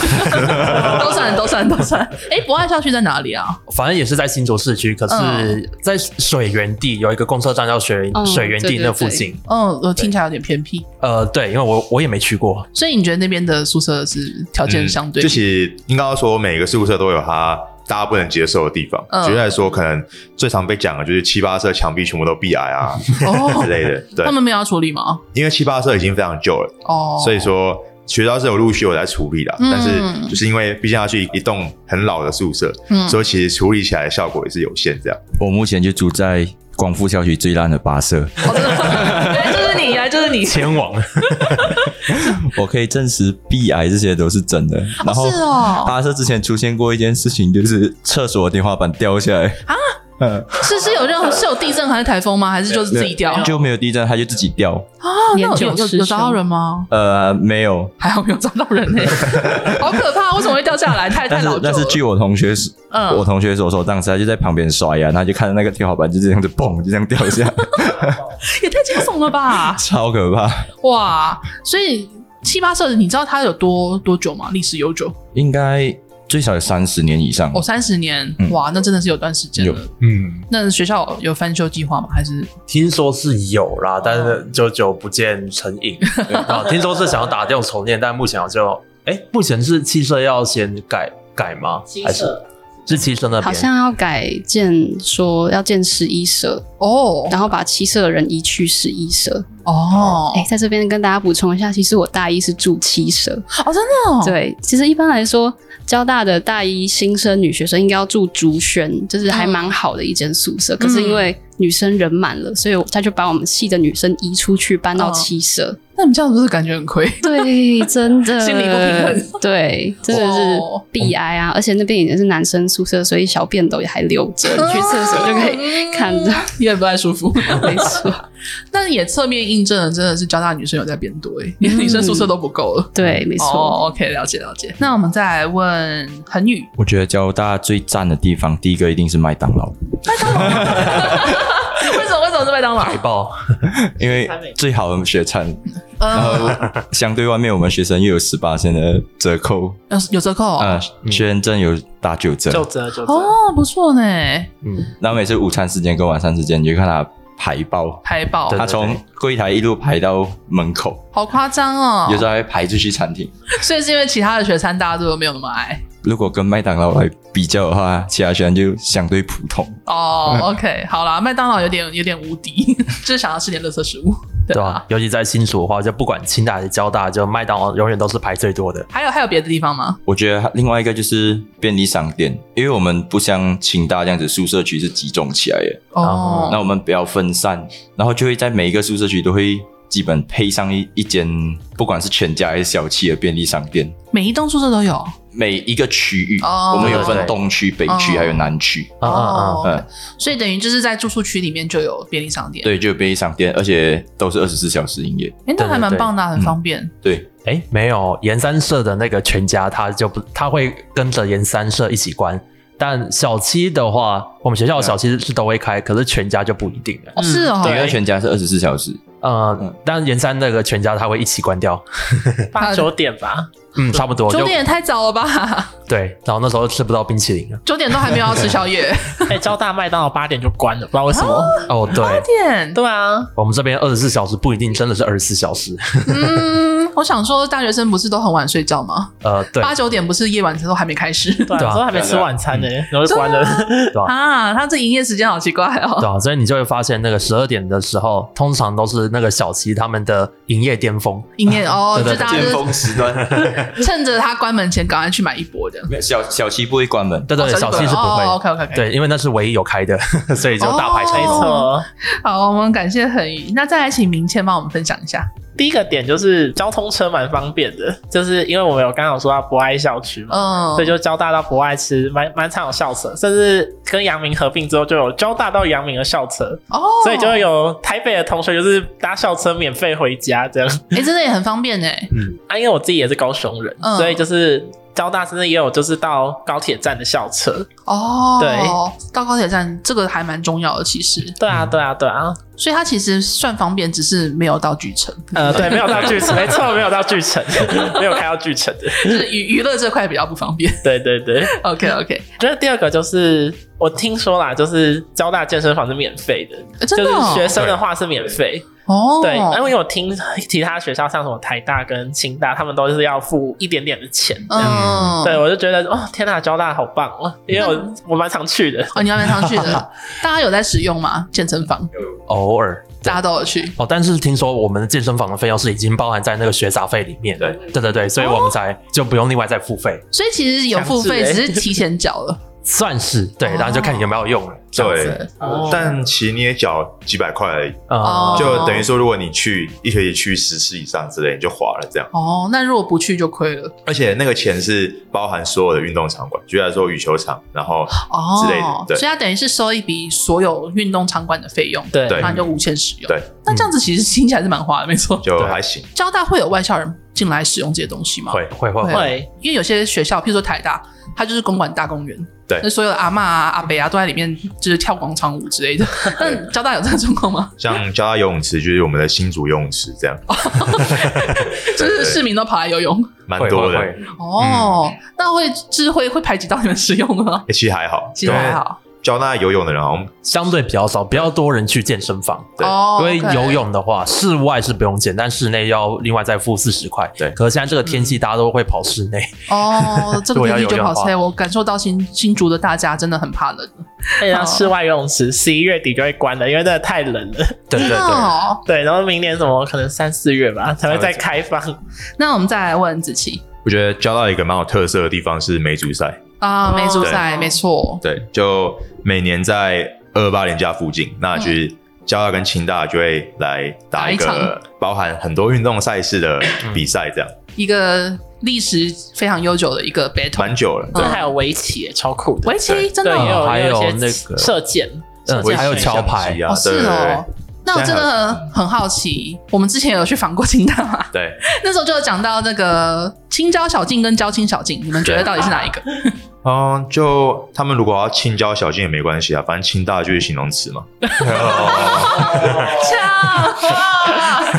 Speaker 2: 都算都算都算。哎，博爱校区在哪里啊？
Speaker 3: 反正也是在新竹市区，可是，在水源地有一个公车站叫水
Speaker 4: 嗯
Speaker 3: 水源地那附近。
Speaker 2: 嗯，我听起来有点偏僻，
Speaker 3: 呃， 对，因为我我也没去过，
Speaker 2: 所以你觉得那边的宿舍是条
Speaker 5: 嗯
Speaker 2: 件相对
Speaker 7: 嗯就其实应该要说每个宿舍都有它大家不能接受的地方。
Speaker 2: 嗯
Speaker 7: 举例来说，可能最常被讲的就是七八舍墙壁全部都壁癌啊
Speaker 2: 哦
Speaker 7: 之类的。对
Speaker 2: 他，们没有要处理吗？
Speaker 7: 因为七八舍已经非常旧了，
Speaker 2: 哦，
Speaker 7: 所以说。学校是有陆续有在处理的，
Speaker 2: 嗯
Speaker 7: 但是就是因为毕竟要去一栋很老的宿舍，
Speaker 2: 嗯
Speaker 7: 所以其实处理起来的效果也是有限。这样，
Speaker 5: 我目前就住在光复校区最烂的八舍，
Speaker 2: 原来就是你，原来就是你。
Speaker 3: 前往
Speaker 5: 我可以证实 B 癌这些都是真的。然后
Speaker 2: 是哦，
Speaker 5: 八舍之前出现过一件事情，就是厕所的天花板掉下来
Speaker 2: 啊，
Speaker 5: 嗯，
Speaker 2: 是是有任何是有地震还是台风吗？还是就是自己掉？
Speaker 5: 就没有地震，它就自己掉。
Speaker 2: 啊，那有
Speaker 4: 年久
Speaker 2: 有有
Speaker 4: 失
Speaker 2: 有找到
Speaker 4: 修
Speaker 2: 人吗？
Speaker 5: 呃，没有，
Speaker 2: 还好没有找到人欸呢、 好可怕！为什么会掉下来？太
Speaker 5: 但
Speaker 2: 太
Speaker 5: 是
Speaker 2: 老旧了。
Speaker 5: 但是据我同学是。我
Speaker 2: 嗯，
Speaker 5: 同学所说，当时他就在旁边刷牙，然后就看到那个天花板就这样子砰，就这样掉下来，
Speaker 2: 也太惊悚了 吧！
Speaker 5: 超可怕。
Speaker 2: 哇，所以七八社，你知道它有多多久吗？历史悠久，
Speaker 5: 应该最少有三十年以上
Speaker 2: 哦，三十年，
Speaker 5: 嗯
Speaker 2: 哇，那真的是有段时间了
Speaker 5: 有。
Speaker 3: 嗯，
Speaker 2: 那学校有翻修计划吗？还是
Speaker 3: 听说是有啦，但是久久不见成影。啊，听说是想要打掉重练，但目前好像，哎，目前是七舍要先改改吗？还是是七舍那边？
Speaker 4: 好像要改建，说要建十一舍，
Speaker 2: 哦
Speaker 4: 然后把七舍的人移去十一舍。
Speaker 2: 哦
Speaker 4: 哎、在这边跟大家补充一下，其实我大一是住七舍，
Speaker 2: 哦，真的哦，
Speaker 4: 对，其实一般来说，交大的大一新生女学生应该要住竹轩，就是
Speaker 2: 嗯
Speaker 4: 还蛮好的一间宿舍。可是因为女生人满了，所以他就把我们系的女生移出去，搬
Speaker 2: 嗯
Speaker 4: 到七舍。
Speaker 2: 那你这样子不是感觉很亏？
Speaker 4: 对，真的
Speaker 2: 心理不平
Speaker 4: 衡。对，真的是
Speaker 2: 哦
Speaker 4: 避癌啊！而且那边已经是男生宿舍，所以小便斗也还留着，你去厕所就可
Speaker 2: 哦
Speaker 4: 以看到。
Speaker 2: 也不太舒服。
Speaker 4: 嗯 没错，
Speaker 2: 但也侧面印证了，真的是交大女生有在变多、欸，连女生宿舍都不够了。
Speaker 4: 对，没错。
Speaker 2: 哦，OK，了解了解。那我们再来问恒宇，
Speaker 5: 我觉得交大最赞的地方，第一个一定是麦当劳，
Speaker 2: 为什么为什么是麦当劳？
Speaker 3: 海报，
Speaker 5: 因为最好的学餐，然后相对外面我们学生又有十八的折扣，
Speaker 2: 有有折扣哦、
Speaker 5: 呃，学生证有打九折，
Speaker 6: 就这就这，
Speaker 2: 哦，不错呢，
Speaker 3: 嗯，
Speaker 5: 然后每次午餐时间跟晚餐时间，你就看他排爆，
Speaker 2: 海报
Speaker 3: 对
Speaker 5: 他从柜台一路排到门口，
Speaker 2: 好夸张哦
Speaker 5: 有。时候还排出去餐厅。
Speaker 2: 所以是因为其他的学餐大家都没有那么爱
Speaker 5: 如果跟麦当劳来比较的话，其他学生就相对普通。嗯
Speaker 2: 哦。OK，好啦，麦当劳有点有点无敌， 就是想要吃点垃圾食物，对啊
Speaker 3: 对
Speaker 2: 吧、
Speaker 3: 吧？尤其在新竹的话，就不管清大还是交大，就麦当劳永远都是排最多的。
Speaker 2: 还有还有别的地方吗？
Speaker 5: 我觉得另外一个就是便利商店，因为我们不像清大这样子宿舍区是集中起来的，
Speaker 2: 哦，
Speaker 5: 那我们比较分散，然后就会在每一个宿舍区都会基本配上一一间，不管是全家还是小气的便利商店。
Speaker 2: 每一栋宿舍都有
Speaker 5: 每一个区域，
Speaker 2: 哦
Speaker 5: 我们有
Speaker 3: 对
Speaker 5: 分
Speaker 3: 对
Speaker 5: 东区、北区
Speaker 2: 哦
Speaker 5: 还有南区，
Speaker 3: 啊啊啊！
Speaker 2: 哦
Speaker 5: 嗯，
Speaker 2: 所以等于就是在住宿区里面就有便利商店，
Speaker 5: 对，就有便利商店，而且都是二十四小时营业。
Speaker 2: 哎，那还
Speaker 3: 对对
Speaker 2: 蛮
Speaker 3: 对
Speaker 2: 棒的啊，很方便。
Speaker 5: 对，
Speaker 3: 哎，没有，研三社的那个全家，他就不，他会跟着研三社一起关。但小七的话，我们学校的小七是都会开，可是全家就不一定了。
Speaker 2: 哦，是哦，
Speaker 5: 嗯因为全家是二十四小时，嗯
Speaker 3: 呃，但研三那个全家他会一起关掉，
Speaker 6: 八九点吧，
Speaker 3: 嗯，差不多
Speaker 2: 九
Speaker 3: 就
Speaker 2: 点也太早了 吧？
Speaker 3: 对。然后那时候吃不到冰淇淋了。
Speaker 2: 九点都还没有要吃宵 夜，
Speaker 6: 哎，交大麦当劳八点就关了，不知道为什么。
Speaker 3: 哦，对，
Speaker 2: 点
Speaker 6: 对啊，
Speaker 3: 我们这边二十四小时不一定真的是二十四小时。
Speaker 2: 嗯，我想说，大学生不是都很晚睡觉吗？
Speaker 3: 呃，对，
Speaker 2: 八九点不是夜晚才都还没开始
Speaker 6: 对啊，
Speaker 3: 对啊嗯
Speaker 6: 都还没吃晚餐呢，然后就关了。
Speaker 2: 啊？他这营业时间好奇怪
Speaker 3: 对
Speaker 2: 哦。
Speaker 3: 啊，所以你就会发现，那个十二点的时候，通常都是那个小七他们的营业巅峰。
Speaker 2: 营业哦，就
Speaker 3: 对对
Speaker 2: 大家就
Speaker 5: 时 段，
Speaker 2: 是趁着他关门前赶快去买一波的。
Speaker 5: 没有小小七不会关门，
Speaker 3: 对对，
Speaker 2: 哦
Speaker 3: 小七是不会。
Speaker 2: OK OK OK。
Speaker 3: 对，因为那是唯一有开的，所以就大排长
Speaker 6: 没
Speaker 3: 龙。
Speaker 6: 错，
Speaker 2: 哦好，我们感谢恒宇。那再来请明倩帮我们分享一下。
Speaker 6: 第一个点就是交通车蛮方便的，就是因为我们有刚好说到博爱校区嘛，
Speaker 2: 嗯，
Speaker 6: 所以就交大到博爱吃蛮蛮常有校车，甚至跟阳明合并之后就有交大到阳明的校车，
Speaker 2: 哦，
Speaker 6: 所以就会有台北的同学就是搭校车免费回家这样。
Speaker 2: 哎，真的也很方便哎。
Speaker 6: 啊，因为我自己也是高雄人，
Speaker 2: 嗯
Speaker 6: 所以就是交大甚至也有就是到高铁站的校车。
Speaker 2: 哦，
Speaker 6: 对，
Speaker 2: 到高铁站这个还蛮重要的，其实，
Speaker 6: 对
Speaker 7: 嗯
Speaker 6: 啊，对啊，对啊，
Speaker 2: 所以它其实算方便，只是没有到巨城，
Speaker 6: 呃，对，没有到 巨城， 没错，没有到巨城， 没有开到巨城的。
Speaker 2: 就是娱娱乐这块比较不方便。
Speaker 6: 对对对，
Speaker 2: OK OK，
Speaker 6: 我觉得第二个就是我听说啦，就是交大健身房是免费的，
Speaker 2: 真的
Speaker 6: 就
Speaker 2: 哦
Speaker 6: 是学生的话是免费。
Speaker 2: 哦，
Speaker 6: 对，因为我听其他学校像什么台大跟清大，他们都是要付一点点的钱。
Speaker 2: 嗯，
Speaker 6: 对，我就觉得哦，天呐，交大好棒哦，因为我我蛮常去的。
Speaker 2: 哦，你要蛮常去 的，大家有在使用吗？健身房
Speaker 3: 偶尔。
Speaker 2: 大家都有去，
Speaker 3: 哦，但是听说我们的健身房的费用是已经包含在那个学杂费里面，
Speaker 7: 对
Speaker 3: 对对对，所以我们才就不用另外再付费，
Speaker 2: 所以其实有付费，
Speaker 6: 强制欸
Speaker 2: 只是提前缴了。
Speaker 3: 算是对，然后就看你有没有用了。
Speaker 7: 对，
Speaker 6: 哦
Speaker 7: 但其实你也缴几百块而已，
Speaker 3: 啊，
Speaker 2: 哦
Speaker 7: 就等于说，如果你去一学期去十次以上之类，你就划了这样。
Speaker 2: 哦，那如果不去就亏了
Speaker 7: 而且那个钱是包含所有的运动场馆，举例来说羽球场，然后
Speaker 2: 哦，
Speaker 7: 之类的对
Speaker 2: 所以它等于是收一笔所有运动场馆的费用，
Speaker 6: 对
Speaker 7: 对
Speaker 2: 然后你就无限使用。
Speaker 7: 对，
Speaker 2: 那
Speaker 3: 嗯
Speaker 2: 这样子其实听起来是蛮划的，没错。
Speaker 7: 就还行。
Speaker 2: 交大会有外校人进来使用这些东西吗？
Speaker 3: 会会会
Speaker 2: 会
Speaker 3: 会，
Speaker 6: 会，
Speaker 2: 因为有些学校，譬如说台大，它就是公馆大公园，
Speaker 7: 对
Speaker 2: 那所有的阿嬷啊、阿伯啊都在里面，就是跳广场舞之类的。但交大有这个状况吗？
Speaker 7: 像交大游泳池就是我们的新竹游泳池这 样，
Speaker 2: 哦就是市民都跑来游泳。
Speaker 7: 蛮
Speaker 3: 会
Speaker 7: 多
Speaker 3: 会
Speaker 7: 的。
Speaker 3: 会，
Speaker 2: 哦，
Speaker 3: 嗯
Speaker 2: 那会智慧会排挤到你们使 用吗？
Speaker 7: 欸其实还好，
Speaker 2: 其实还好。
Speaker 7: 因为交大游泳的人好像
Speaker 3: 相对比较少，比较多人去健身房。
Speaker 7: 对
Speaker 2: 哦
Speaker 3: 因为
Speaker 2: OK
Speaker 3: 游泳的话，室外是不用钱，但室内要另外再付四十块。
Speaker 7: 对
Speaker 3: 可是现在这个天气，大家都会跑室内。
Speaker 2: 哦，这个
Speaker 3: 对
Speaker 2: 天
Speaker 3: 要
Speaker 2: 气就
Speaker 3: 有氧
Speaker 2: 跑
Speaker 3: 化
Speaker 2: 车，我感受到新新竹的大家真的很怕冷。
Speaker 6: 那像啊室外游泳池十一月底就会关了，因为真的太冷了。
Speaker 3: 对对
Speaker 2: 真的
Speaker 3: 对，
Speaker 2: 哦。
Speaker 6: 对，然后明年怎么可能三四月吧才会再开放？
Speaker 2: 那我们再来问子琪
Speaker 7: 我觉得交大有一个蛮有特色的地方是梅竹赛，
Speaker 2: 啊，梅竹赛，
Speaker 9: 对
Speaker 2: 没错，
Speaker 7: 对，就每年在二八年假附近，那就是交大跟清大就会来打一
Speaker 2: 打一
Speaker 7: 个包含很多运动赛事的比赛，这样
Speaker 6: 嗯
Speaker 2: 一个历史非常悠久的一个 battle。
Speaker 7: 蛮久了。
Speaker 6: 这还有围棋耶，超酷的。
Speaker 2: 围棋真的
Speaker 6: 对，也
Speaker 2: 哦
Speaker 6: 有
Speaker 3: 还
Speaker 6: 也有
Speaker 3: 有
Speaker 6: 一
Speaker 3: 那
Speaker 6: 些
Speaker 3: 个
Speaker 6: 射箭，射
Speaker 3: 嗯
Speaker 6: 箭
Speaker 3: 还有
Speaker 6: 选
Speaker 3: 桥
Speaker 6: 项
Speaker 3: 牌
Speaker 7: 象棋啊，
Speaker 2: 哦是
Speaker 7: 对
Speaker 2: 哦，。那我
Speaker 7: 现在
Speaker 2: 真的很好奇，我们之前有去访过清大嘛？
Speaker 7: 对对，
Speaker 2: 那时候就有讲到那个青椒小径跟椒青小径，你们觉得到底是哪一 个？
Speaker 7: 嗯，就他们如果要青椒小径也没关系啊，反正清大就是形容 词嘛。
Speaker 2: 呛！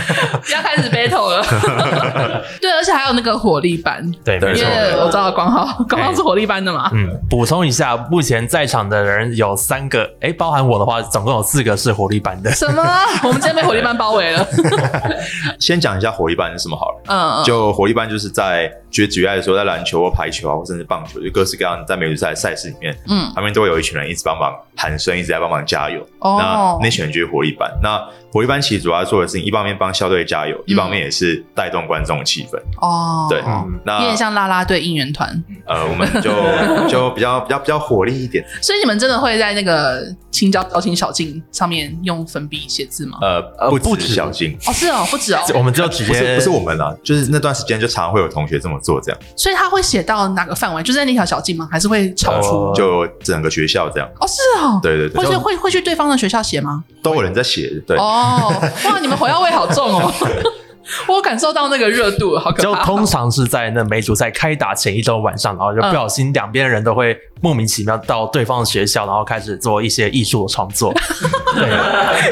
Speaker 2: 不要开始 battle 了。对，而且还有那个火力班，
Speaker 3: 对，
Speaker 7: 对
Speaker 3: 没
Speaker 2: 因
Speaker 3: 错。
Speaker 2: 为我知道光浩，光浩是火力班的嘛。
Speaker 3: 嗯，补充一下，目前在场的人有三个，诶，包含我的话，总共有四个是活力班的。
Speaker 2: 什 么？我们今天被火力班包围了。
Speaker 7: 先讲一下火力班是什么好了。
Speaker 2: 嗯，
Speaker 7: 就火力班就是在举举例来说，在篮球或排球啊，或甚至棒球，就各式各样在美足赛的赛事里面，
Speaker 2: 嗯，
Speaker 7: 他们都会有一群人一直帮忙喊声，一直在帮忙加油。
Speaker 2: 哦
Speaker 7: 那，那群人就是火力班。那火力班其实主要做的事情，一方面帮校队加油，一方面也是带动观众气氛。
Speaker 2: 嗯哦，
Speaker 7: 对，
Speaker 3: 嗯
Speaker 7: 那
Speaker 2: 有点像啦啦队应援团，
Speaker 7: 呃，我们就 就比较比较比较火力一点。
Speaker 2: 所以你们真的会在那个青椒椒青小径上面用粉笔写字吗？
Speaker 7: 呃，
Speaker 3: 呃
Speaker 7: 不
Speaker 3: 不
Speaker 7: 止
Speaker 3: 止
Speaker 7: 小静，
Speaker 2: 哦，是哦，不止哦，
Speaker 3: 我们就直
Speaker 7: 不是
Speaker 3: 接
Speaker 7: 不是我们啦，就是那段时间就常会有同学这么做，这样
Speaker 2: 所以他会写到哪个范围？就在那条小径吗？还是会超出？
Speaker 3: 呃
Speaker 7: 哦就整个学校这样。
Speaker 2: 哦，是哦，
Speaker 7: 对对对，
Speaker 2: 会去
Speaker 7: 就
Speaker 2: 会会去对方的学校写吗？
Speaker 7: 都有人在写，对，
Speaker 2: 哦，哇，你们火药味好重 哦！我感受到那个热度，好可
Speaker 3: 就
Speaker 2: 怕。
Speaker 3: 通常是在那梅竹赛开打前一周晚上，然后就不小心两边人都会莫名其妙到对方的学校，然后开始做一些艺术的创作。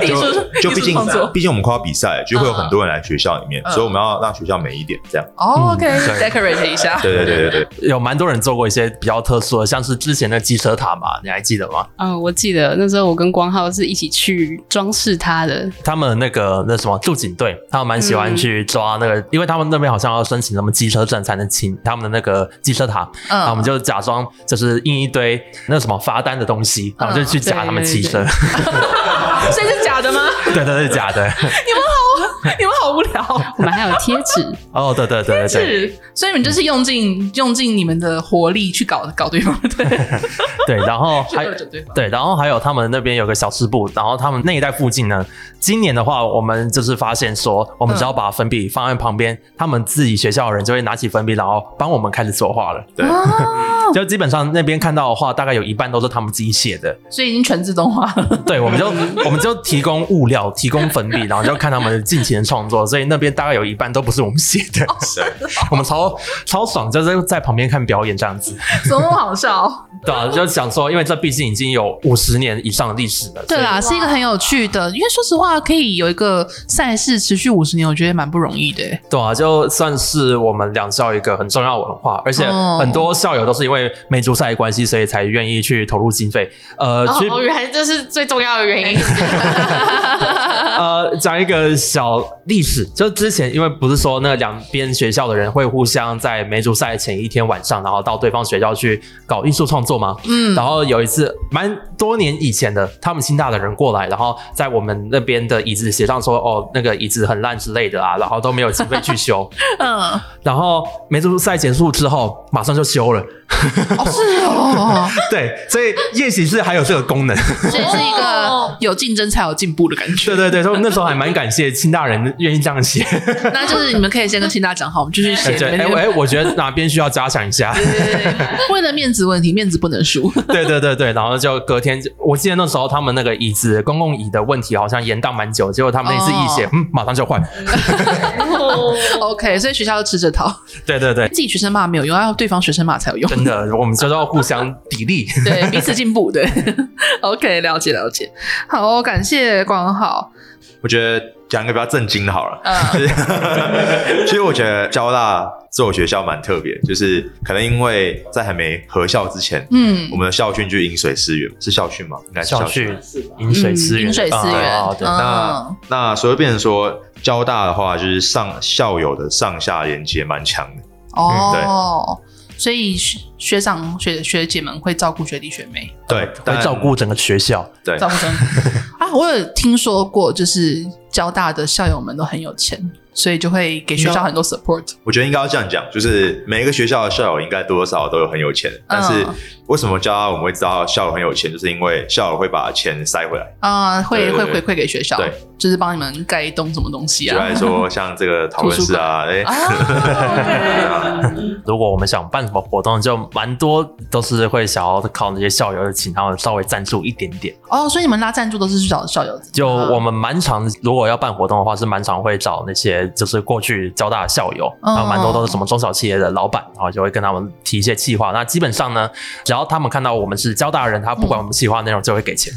Speaker 2: 艺术
Speaker 7: 就
Speaker 2: 艺
Speaker 7: 毕
Speaker 2: 术
Speaker 7: 竟
Speaker 2: 创作
Speaker 7: 毕竟我们快要比赛了，就会有很多人来学校里面，
Speaker 2: 嗯
Speaker 7: 所以我们要让学校美一点，这样。
Speaker 2: 哦，OK，
Speaker 3: 嗯对
Speaker 2: decorate 一下。
Speaker 7: 对对对对对，
Speaker 3: 有蛮多人做过一些比较特殊的，像是之前的机车塔嘛，你还记得吗？
Speaker 4: 嗯，我记得那时候我跟光浩是一起去装饰它的，
Speaker 3: 他们那个那什么驻警队，他们蛮喜欢
Speaker 4: 嗯
Speaker 3: 去抓那个，因为他们那边好像要申请什么机车证才能请他们的那个机车塔，
Speaker 2: 嗯
Speaker 3: 那我们就假装就是印一堆那什么罚单的东西，
Speaker 7: 嗯
Speaker 3: 然后就去夹他们汽车。
Speaker 2: 所以是假的吗？
Speaker 3: 对对对，假的。
Speaker 2: 你们好无聊。
Speaker 4: 我们还有贴纸，
Speaker 3: 哦，对对对对对。
Speaker 2: 是，所以你们就是用尽用尽你们的活力去搞搞对方，对，
Speaker 3: 对，然后
Speaker 2: 去
Speaker 3: 还
Speaker 2: 恶整对方。
Speaker 3: 对，然后还有他们那边有个小吃部，然后他们那一带附近呢，今年的话，我们就是发现说，我们只要把粉笔放在旁边，他们自己学校的人就会拿起粉笔，然后帮我们开始作画了。
Speaker 7: 对
Speaker 2: 哦，
Speaker 3: 就基本上那边看到的画，大概有一半都是他们自己写的。
Speaker 2: 所以已经全自动化了。
Speaker 3: 对，我们就我们就提供物料，提供粉笔，然后就看他们尽情的创作，首，所以那边大概有一半都不是我们写的，我们超超爽，就是在旁边看表演这样子。
Speaker 8: 怎么那么好笑？
Speaker 3: 对啊，就想说，因为这毕竟已经有五十年以上的历史了。
Speaker 2: 对啦，是一个很有趣的，因为说实话，可以有一个赛事持续五十年，我觉得蛮不容易的欸。
Speaker 3: 对啊，就算是我们两校一个很重要的文化，而且
Speaker 2: 哦
Speaker 3: 很多校友都是因为美足赛的关系，所以才愿意去投入经费。呃，去
Speaker 8: 哦，原来这是最重要的原因。
Speaker 3: 呃，讲一个小历史，就之前因为不是说那两边学校的人会互相在梅竹赛前一天晚上，然后到对方学校去搞艺术创作吗？
Speaker 2: 嗯，
Speaker 3: 然后有一次蛮多年以前的，他们清大的人过来，然后在我们那边的椅子写上说，哦，那个椅子很烂之类的啊，然后都没有经费去修。
Speaker 2: 嗯，
Speaker 3: 然后梅竹赛结束之后，马上就 修了。
Speaker 2: 哦，是哦，
Speaker 3: 对，所以夜喜室还有这个功 能。
Speaker 2: 所以是一个有竞争才有进步的感觉。
Speaker 3: 对对对，所以那时候还蛮感谢清大人愿意这样写。
Speaker 2: 那就是你们可以先跟清大讲好，我们就 去写
Speaker 3: 对，
Speaker 2: 你
Speaker 3: 哎、
Speaker 2: 们。
Speaker 3: 哎，我觉得哪边需要加强 一下。
Speaker 2: 为了面子问题，面子不能输。
Speaker 3: 对对对对，然后就隔天就，我记得那时候他们那个椅子公共椅的问题好像延宕蛮久，结果他们那次一写，
Speaker 2: 哦
Speaker 3: 嗯，马上就换。
Speaker 2: OK，所以学校就吃这套，
Speaker 3: 对对对，
Speaker 2: 自己学生骂没有用，要对方学生骂才有用。
Speaker 3: 真的，我们就是要互相砥砺。
Speaker 2: 对，彼此进步，对。OK，了解了解。好哦，感谢光浩。
Speaker 7: 我觉得讲一个比较震惊的好了。
Speaker 2: 嗯，
Speaker 7: 其实我觉得交大这所学校蛮特别，就是可能因为在还没合校之前，
Speaker 2: 嗯
Speaker 7: 我们的校训就是饮水思源，是校训吗？应该是
Speaker 3: 校
Speaker 7: 训
Speaker 3: 训。饮水思
Speaker 2: 嗯
Speaker 3: 源，
Speaker 2: 饮水思源
Speaker 3: 啊对，
Speaker 7: 那
Speaker 2: 嗯
Speaker 7: 那所以变成说，交大的话就是上校友的上下连接蛮强的，
Speaker 2: 嗯哦，所以学学长学学姐们会照顾学弟学妹，
Speaker 7: 对，但
Speaker 3: 会照顾整个学校。
Speaker 7: 对
Speaker 2: 照顾生啊。我有听说过，就是交大的校友们都很有钱，所以就会给学校很多 support。
Speaker 7: 我觉得应该要这样讲，就是每一个学校的校友应该多多少少都有很有钱的，
Speaker 2: 嗯
Speaker 7: 但是为什么交大我们会知道校友很有钱，就是因为校友会把钱塞回来。
Speaker 2: 啊、会
Speaker 7: 对对
Speaker 2: 会
Speaker 7: 对
Speaker 2: 回馈给学校
Speaker 7: 对，
Speaker 2: 就是帮你们盖一栋什么东西
Speaker 7: 举例
Speaker 2: 啊
Speaker 7: 来？ 说，像这个讨论室啊，哎、
Speaker 2: 哦
Speaker 3: 如果我们想办什么活动，就蛮多都是会想要靠那些校友，请他们稍微赞助一点点。
Speaker 2: 哦，所以你们拉赞助都是去找校友，
Speaker 3: 就我们蛮常，如果要办活动的话，是蛮常会找那些就是过去交大的校友，
Speaker 2: 嗯
Speaker 3: 然后蛮多都是什么中小企业的老板，然后就会跟他们提一些计划。那基本上呢，只要他们看到我们是交大人，他不管我们计划内容就会给钱，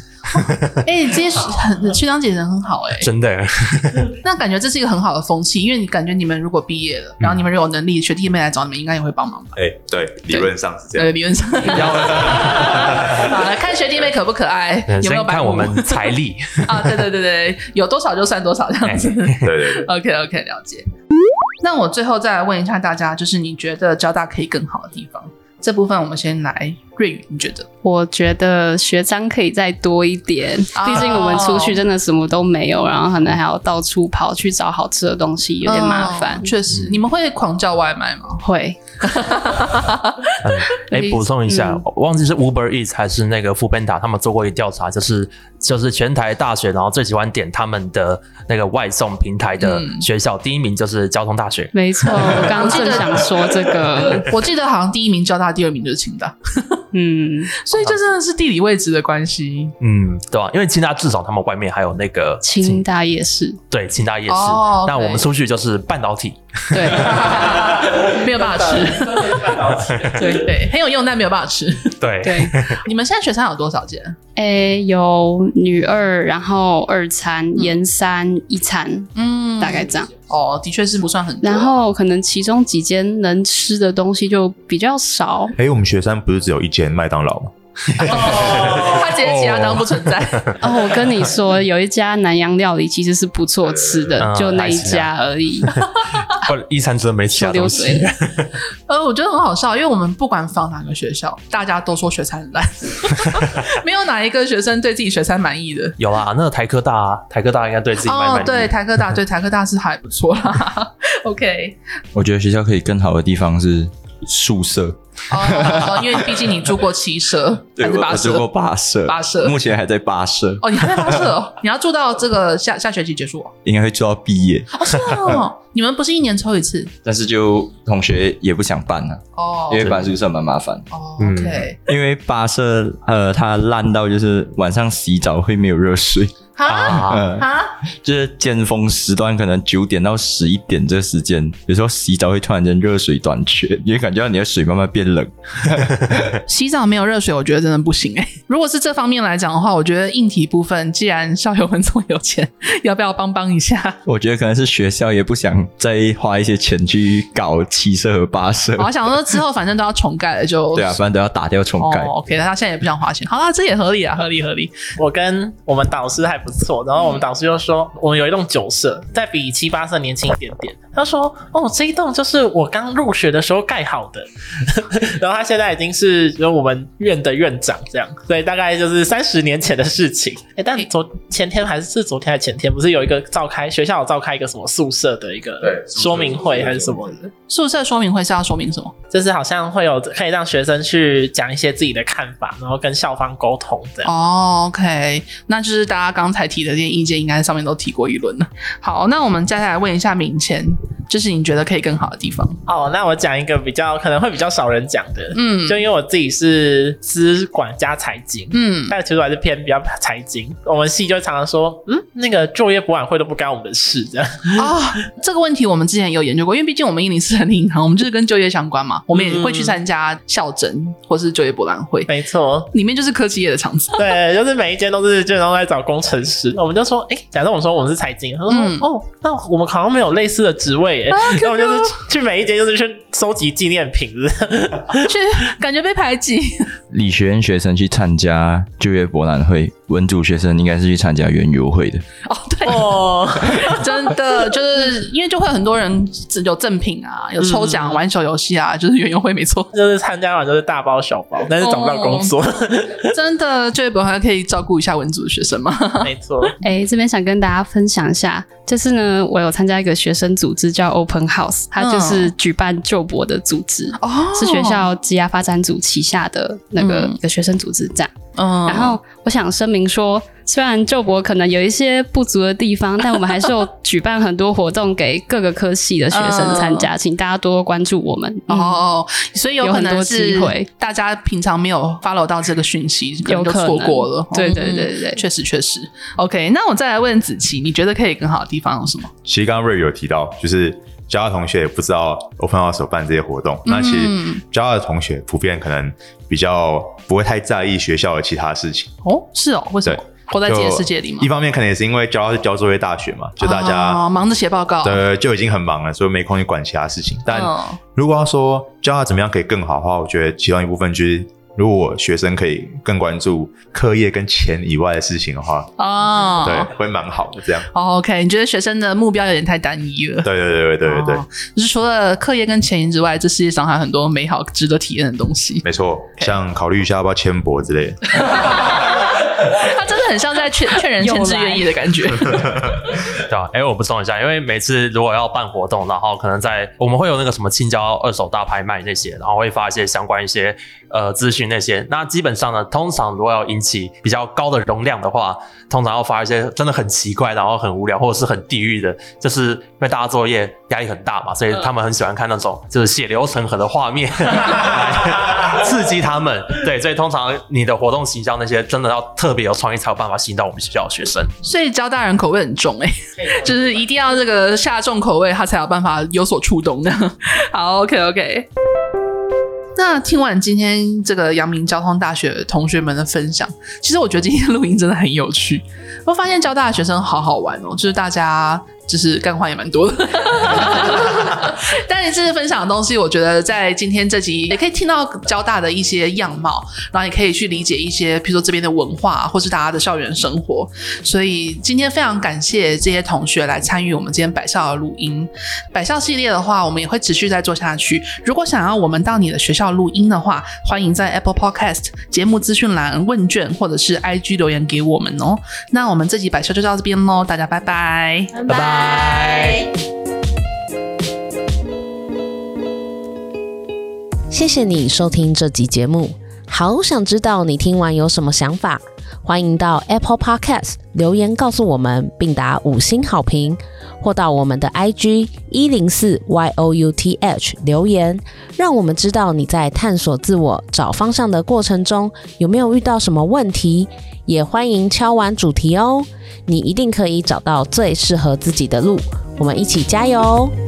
Speaker 2: 哎、这些学很学长姐人很好哎、
Speaker 3: 真的。
Speaker 2: 那感觉这是一个很好的风气，因为你感觉你们如果毕
Speaker 7: 嗯
Speaker 2: 业了，然后你们如果有能力，学弟妹来找你们，应该也会帮忙吧？
Speaker 7: 哎、对，理论上 是这
Speaker 2: 呃，
Speaker 7: 样。
Speaker 2: 理论上，好来看学弟妹可不可爱，有没有
Speaker 3: 呃先
Speaker 2: 白
Speaker 3: 看
Speaker 2: 目
Speaker 3: 我们财力，
Speaker 2: 啊？对对对对，有多少就算多少这样
Speaker 3: 哎
Speaker 2: 子。
Speaker 7: 对对对，
Speaker 2: OK OK，了解。那我最后再来问一下大家，就是你觉得交大可以更好的地方，这部分我们先来瑞宇，你觉得？
Speaker 4: 我觉得学章可以再多一点，
Speaker 2: 哦
Speaker 4: 毕竟我们出去真的什么都没有，然后可能还要到处跑去找好吃的东西，有点麻烦
Speaker 2: 嗯。确实，你们会狂叫外卖吗？
Speaker 4: 会，
Speaker 3: 哎，
Speaker 4: 嗯
Speaker 3: 补充一下
Speaker 4: 嗯，
Speaker 3: 我忘记是 Uber Eats 还是那个 f o o p a n d a 他们做过一个调查，就是就是全台大学，然后最喜欢点他们的那个外送平台的
Speaker 2: 嗯
Speaker 3: 学校，第一名就是交通大学。
Speaker 4: 没错，我刚刚正想说这个，
Speaker 2: 我记得好像第一名交大，第二名就是清大，
Speaker 4: 嗯，
Speaker 2: 所以这真的是地理位置的关系。
Speaker 3: 嗯，对啊，因为清大至少他们外面还有那个
Speaker 4: 清大夜市，
Speaker 3: 对，清大夜市。
Speaker 2: 哦
Speaker 3: 那
Speaker 2: OK
Speaker 3: 我们出去就是半导体，
Speaker 4: 对，
Speaker 2: 没有办法 吃，对 对，很有用，但没有办法吃。
Speaker 3: 对
Speaker 4: 对，
Speaker 2: 你们现在学餐有多少间？
Speaker 4: 诶，有女二，然后二餐、研三、一餐，
Speaker 2: 嗯
Speaker 4: 大概这样。
Speaker 2: 哦，的确是不算很多。
Speaker 4: 然后可能其中几间能吃的东西就比较少，
Speaker 7: 哎、我们学生不是只有一间麦当劳吗？
Speaker 2: 哦他直接其他当不存在。
Speaker 4: 哦，我跟你说，有一家南洋料理其实是不错吃的
Speaker 3: 嗯，啊
Speaker 4: 就那一家而已。
Speaker 6: 啊
Speaker 3: 或者一餐真的没其
Speaker 4: 他东西 流水。
Speaker 2: 呃，我觉得很好笑，因为我们不管访哪个学校，大家都说学餐很烂，没有哪一个学生对自己学餐满意的。
Speaker 3: 有啦，那个台科大、啊，台科大应该对自己蛮满意
Speaker 2: 哦
Speaker 3: 的。，
Speaker 2: 对，台 科 大，对台科大是还不错啦。OK，
Speaker 5: 我觉得学校可以更好的地方是宿舍，
Speaker 2: 哦，因为毕竟你住过七舍
Speaker 5: 对，
Speaker 2: 还是
Speaker 5: 我
Speaker 2: 八
Speaker 5: 我住
Speaker 2: 舍
Speaker 5: 过？八社，
Speaker 2: 八社
Speaker 5: 目前还在八社，
Speaker 2: 哦，你还在八舍哦，你要住到这个下下学期结束哦。
Speaker 5: 应该会住到毕业，
Speaker 2: 哦，是哦， 你们不是一年抽一次
Speaker 5: 但是就同学也不想办啊了，
Speaker 2: 哦
Speaker 5: 因？为办宿舍蛮麻烦，
Speaker 2: 哦
Speaker 3: 嗯
Speaker 2: ，OK，
Speaker 5: 因为八社呃它烂到就是晚上洗澡会没有热水，
Speaker 2: 哈
Speaker 3: 啊，
Speaker 5: 嗯，
Speaker 2: 哈，
Speaker 5: 就是尖峰时段，可能九点到十一点这时间，有时候洗澡会突然间热水短缺，你会感觉到你的水慢慢变冷。
Speaker 2: 洗澡没有热水，我觉得真的不行哎、 如果是这方面来讲的话，我觉得硬体部分，既然校友们这么有钱， 要不要帮帮一下？
Speaker 5: 我觉得可能是学校也不想再花一些钱去搞七社和八社，
Speaker 2: 我哦想说之后反正都要重盖了就，
Speaker 5: 对啊，不然都要打掉重盖。
Speaker 2: 哦，OK，那他现在也不想花钱，好啦，这也合理啊，合理合理。
Speaker 6: 我跟我们导师还不错，然后我们导师就说，我们有一栋九舍，再比七八舍年轻一点点。他说，哦，这一栋就是我刚入学的时候盖好的， 然后他现在已经是就是我们院的院长这样，所以大概就是三十年前的事情。哎，但昨前天还是是昨天还是前天，不是有一个召开学校有召开一个什么宿舍的一个
Speaker 7: 对宿舍
Speaker 6: 说明会
Speaker 7: 宿舍
Speaker 6: 还是什么的，
Speaker 2: 宿舍说明会是要说明什么？
Speaker 6: 就是好像会有可以让学生去讲一些自己的看法，然后跟校方沟通这样。
Speaker 2: 哦，OK，那就是大家刚才提的这些意见，应该上面都提过一轮了。好，那我们再来问一下明谦，就是你觉得可以更好的地方？
Speaker 6: 哦，那我讲一个比较可能会比较少人讲的，
Speaker 2: 嗯
Speaker 6: 就因为我自己是资管加财经，
Speaker 2: 嗯，
Speaker 6: 但其实我还是偏比较财经。我们系就常常说，嗯，那个就业博览会都不干我们的事，这样。
Speaker 2: 哦，这个问题我们之前有研究过，因为毕竟我们一零四人力银行，我们就是跟就业相关嘛，我们也会去参加校征或是就业博 览会，
Speaker 6: 没错，
Speaker 2: 里面就是科技业的场子。
Speaker 6: 对，就是每一间都是基本上都在找工程师。我们就说，哎、假设我们说我们是财经，他说，
Speaker 2: 嗯啊
Speaker 6: 哦，那我们好像没有类似的职位耶。那、我们就是去每一间，就是去收集纪念品，是不是
Speaker 2: 去感觉被排挤。
Speaker 5: 理学院学生去参加就业博览会，文组学生应该是去参加园游会的。
Speaker 2: 哦，对，
Speaker 6: 哦，
Speaker 2: 真的就是因为就会很多人有赠品啊，有抽奖、
Speaker 6: 哦
Speaker 2: 玩手游戏啊，就是 园游会没错。
Speaker 6: 嗯
Speaker 2: 哦
Speaker 6: 就是参加完就是大包小包，但是找不到工作。
Speaker 2: 真的，就业博览会可以照顾一下文组的学生吗？
Speaker 6: 没错，
Speaker 4: 哎，这边想跟大家分享一下，就是呢，我有参加一个学生组织叫 Open House，它就是举办就博的组织，
Speaker 2: 哦
Speaker 4: 是学，校职涯发展组旗下的那个
Speaker 2: 嗯
Speaker 4: 一个学生组织这样。
Speaker 2: 嗯
Speaker 4: 然后我想声明说，虽然就博可能有一些不足的地方，但我们还是有举办很多活动给各个科系的学
Speaker 2: 嗯
Speaker 4: 生参加，请大家多多关注我们。哦，
Speaker 2: 哦，所以有
Speaker 4: 有
Speaker 2: 可
Speaker 4: 很
Speaker 2: 能
Speaker 4: 多
Speaker 2: 是
Speaker 4: 机会
Speaker 2: 大家平常没有 follow 到这个讯息，
Speaker 4: 有可
Speaker 2: 可能就
Speaker 4: 能
Speaker 2: 错过了。
Speaker 4: 对对
Speaker 2: 嗯
Speaker 4: 对对
Speaker 2: 确实确实。OK，那我再来问子琪，你觉得可以更好的地方有什么？
Speaker 7: 其实刚刚 Ray 有提到，就是交大同学也不知道 Open House 有办这些活动，那其
Speaker 2: 嗯
Speaker 7: 实交大的同学普遍可能比较不会太在意学校的其他事情。
Speaker 2: 哦，是哦，为什么
Speaker 7: 对
Speaker 2: 活在
Speaker 7: 就
Speaker 2: 自己的世界里吗
Speaker 7: 一？方面可能也是因为交大是交作业大学嘛，就大
Speaker 2: 哦
Speaker 7: 家
Speaker 2: 忙着写报告，
Speaker 7: 对就已经很忙了，所以没空去管其他事情。但
Speaker 2: 嗯
Speaker 7: 如果要说教他怎么样可以更好的话，我觉得其中一部分就是，如果学生可以更关注课业跟钱以外的事情的话，
Speaker 2: 哦，
Speaker 7: 对，会蛮好的。这样，
Speaker 2: 哦，OK，你觉得学生的目标有点太单一了？
Speaker 7: 对对对对对对，
Speaker 2: 哦就是除了课业跟钱之外，这世界上还有很多美好、值得体验的东 西。
Speaker 7: 没错。像考虑一下要不要签博之类的，
Speaker 2: 他真的很像在劝劝 人签字愿意的感觉。
Speaker 3: 对啊，哎、我补充一下，因为每次如果要办活动，然后可能在我们会有那个什么青椒二手大拍卖那些，然后会发一些相关一些呃资讯那些。那基本上呢，通常如果要引起比较高的容量的话，通常要发一些真的很奇怪，然后很无聊或者是很地狱的，就是因为大家作业压力很大嘛，所以他们很喜欢看那种就是血流成河的画面， 来刺激他们。对，所以通常你的活动形象那些真的要特别有创意才有办法吸引到我们学校的学生。
Speaker 2: 所以交大人口味很重哎、就是一定要这个下重口味，他才有办法有所触动的。 好，OK OK。那听完今天这个阳明交通大学同学们的分享，其实我觉得今天录音真的很有趣。我发现交大的学生好好玩哦，就是大家就是干话也蛮多的。 但你这次分享的东西，我觉得在今天这集也可以听到交大的一些样貌，然后也可以去理解一些，比如说这边的文化，或是大家的校园生活。所以今天非常感谢这些同学来参与我们今天百校的录音。百校系列的话，我们也会持续再做下去。如果想要我们到你的学校录音的话，欢迎在 Apple Podcast 节目资讯栏问卷或者是 IG 留言给我们哦。那我们这集百校就到这边喽，大家拜拜。
Speaker 3: 拜拜。
Speaker 10: 谢谢你收听这集节目，好想知道你听完有什么想法，欢迎到 Apple Podcast 留言告诉我们，并打五星好评，或到我们的 IG 一零四 YOUTH 留言，让我们知道你在探索自我、找方向的过程中有没有遇到什么问题。也欢迎敲完主题哦，你一定可以找到最适合自己的路。我们一起加油哦！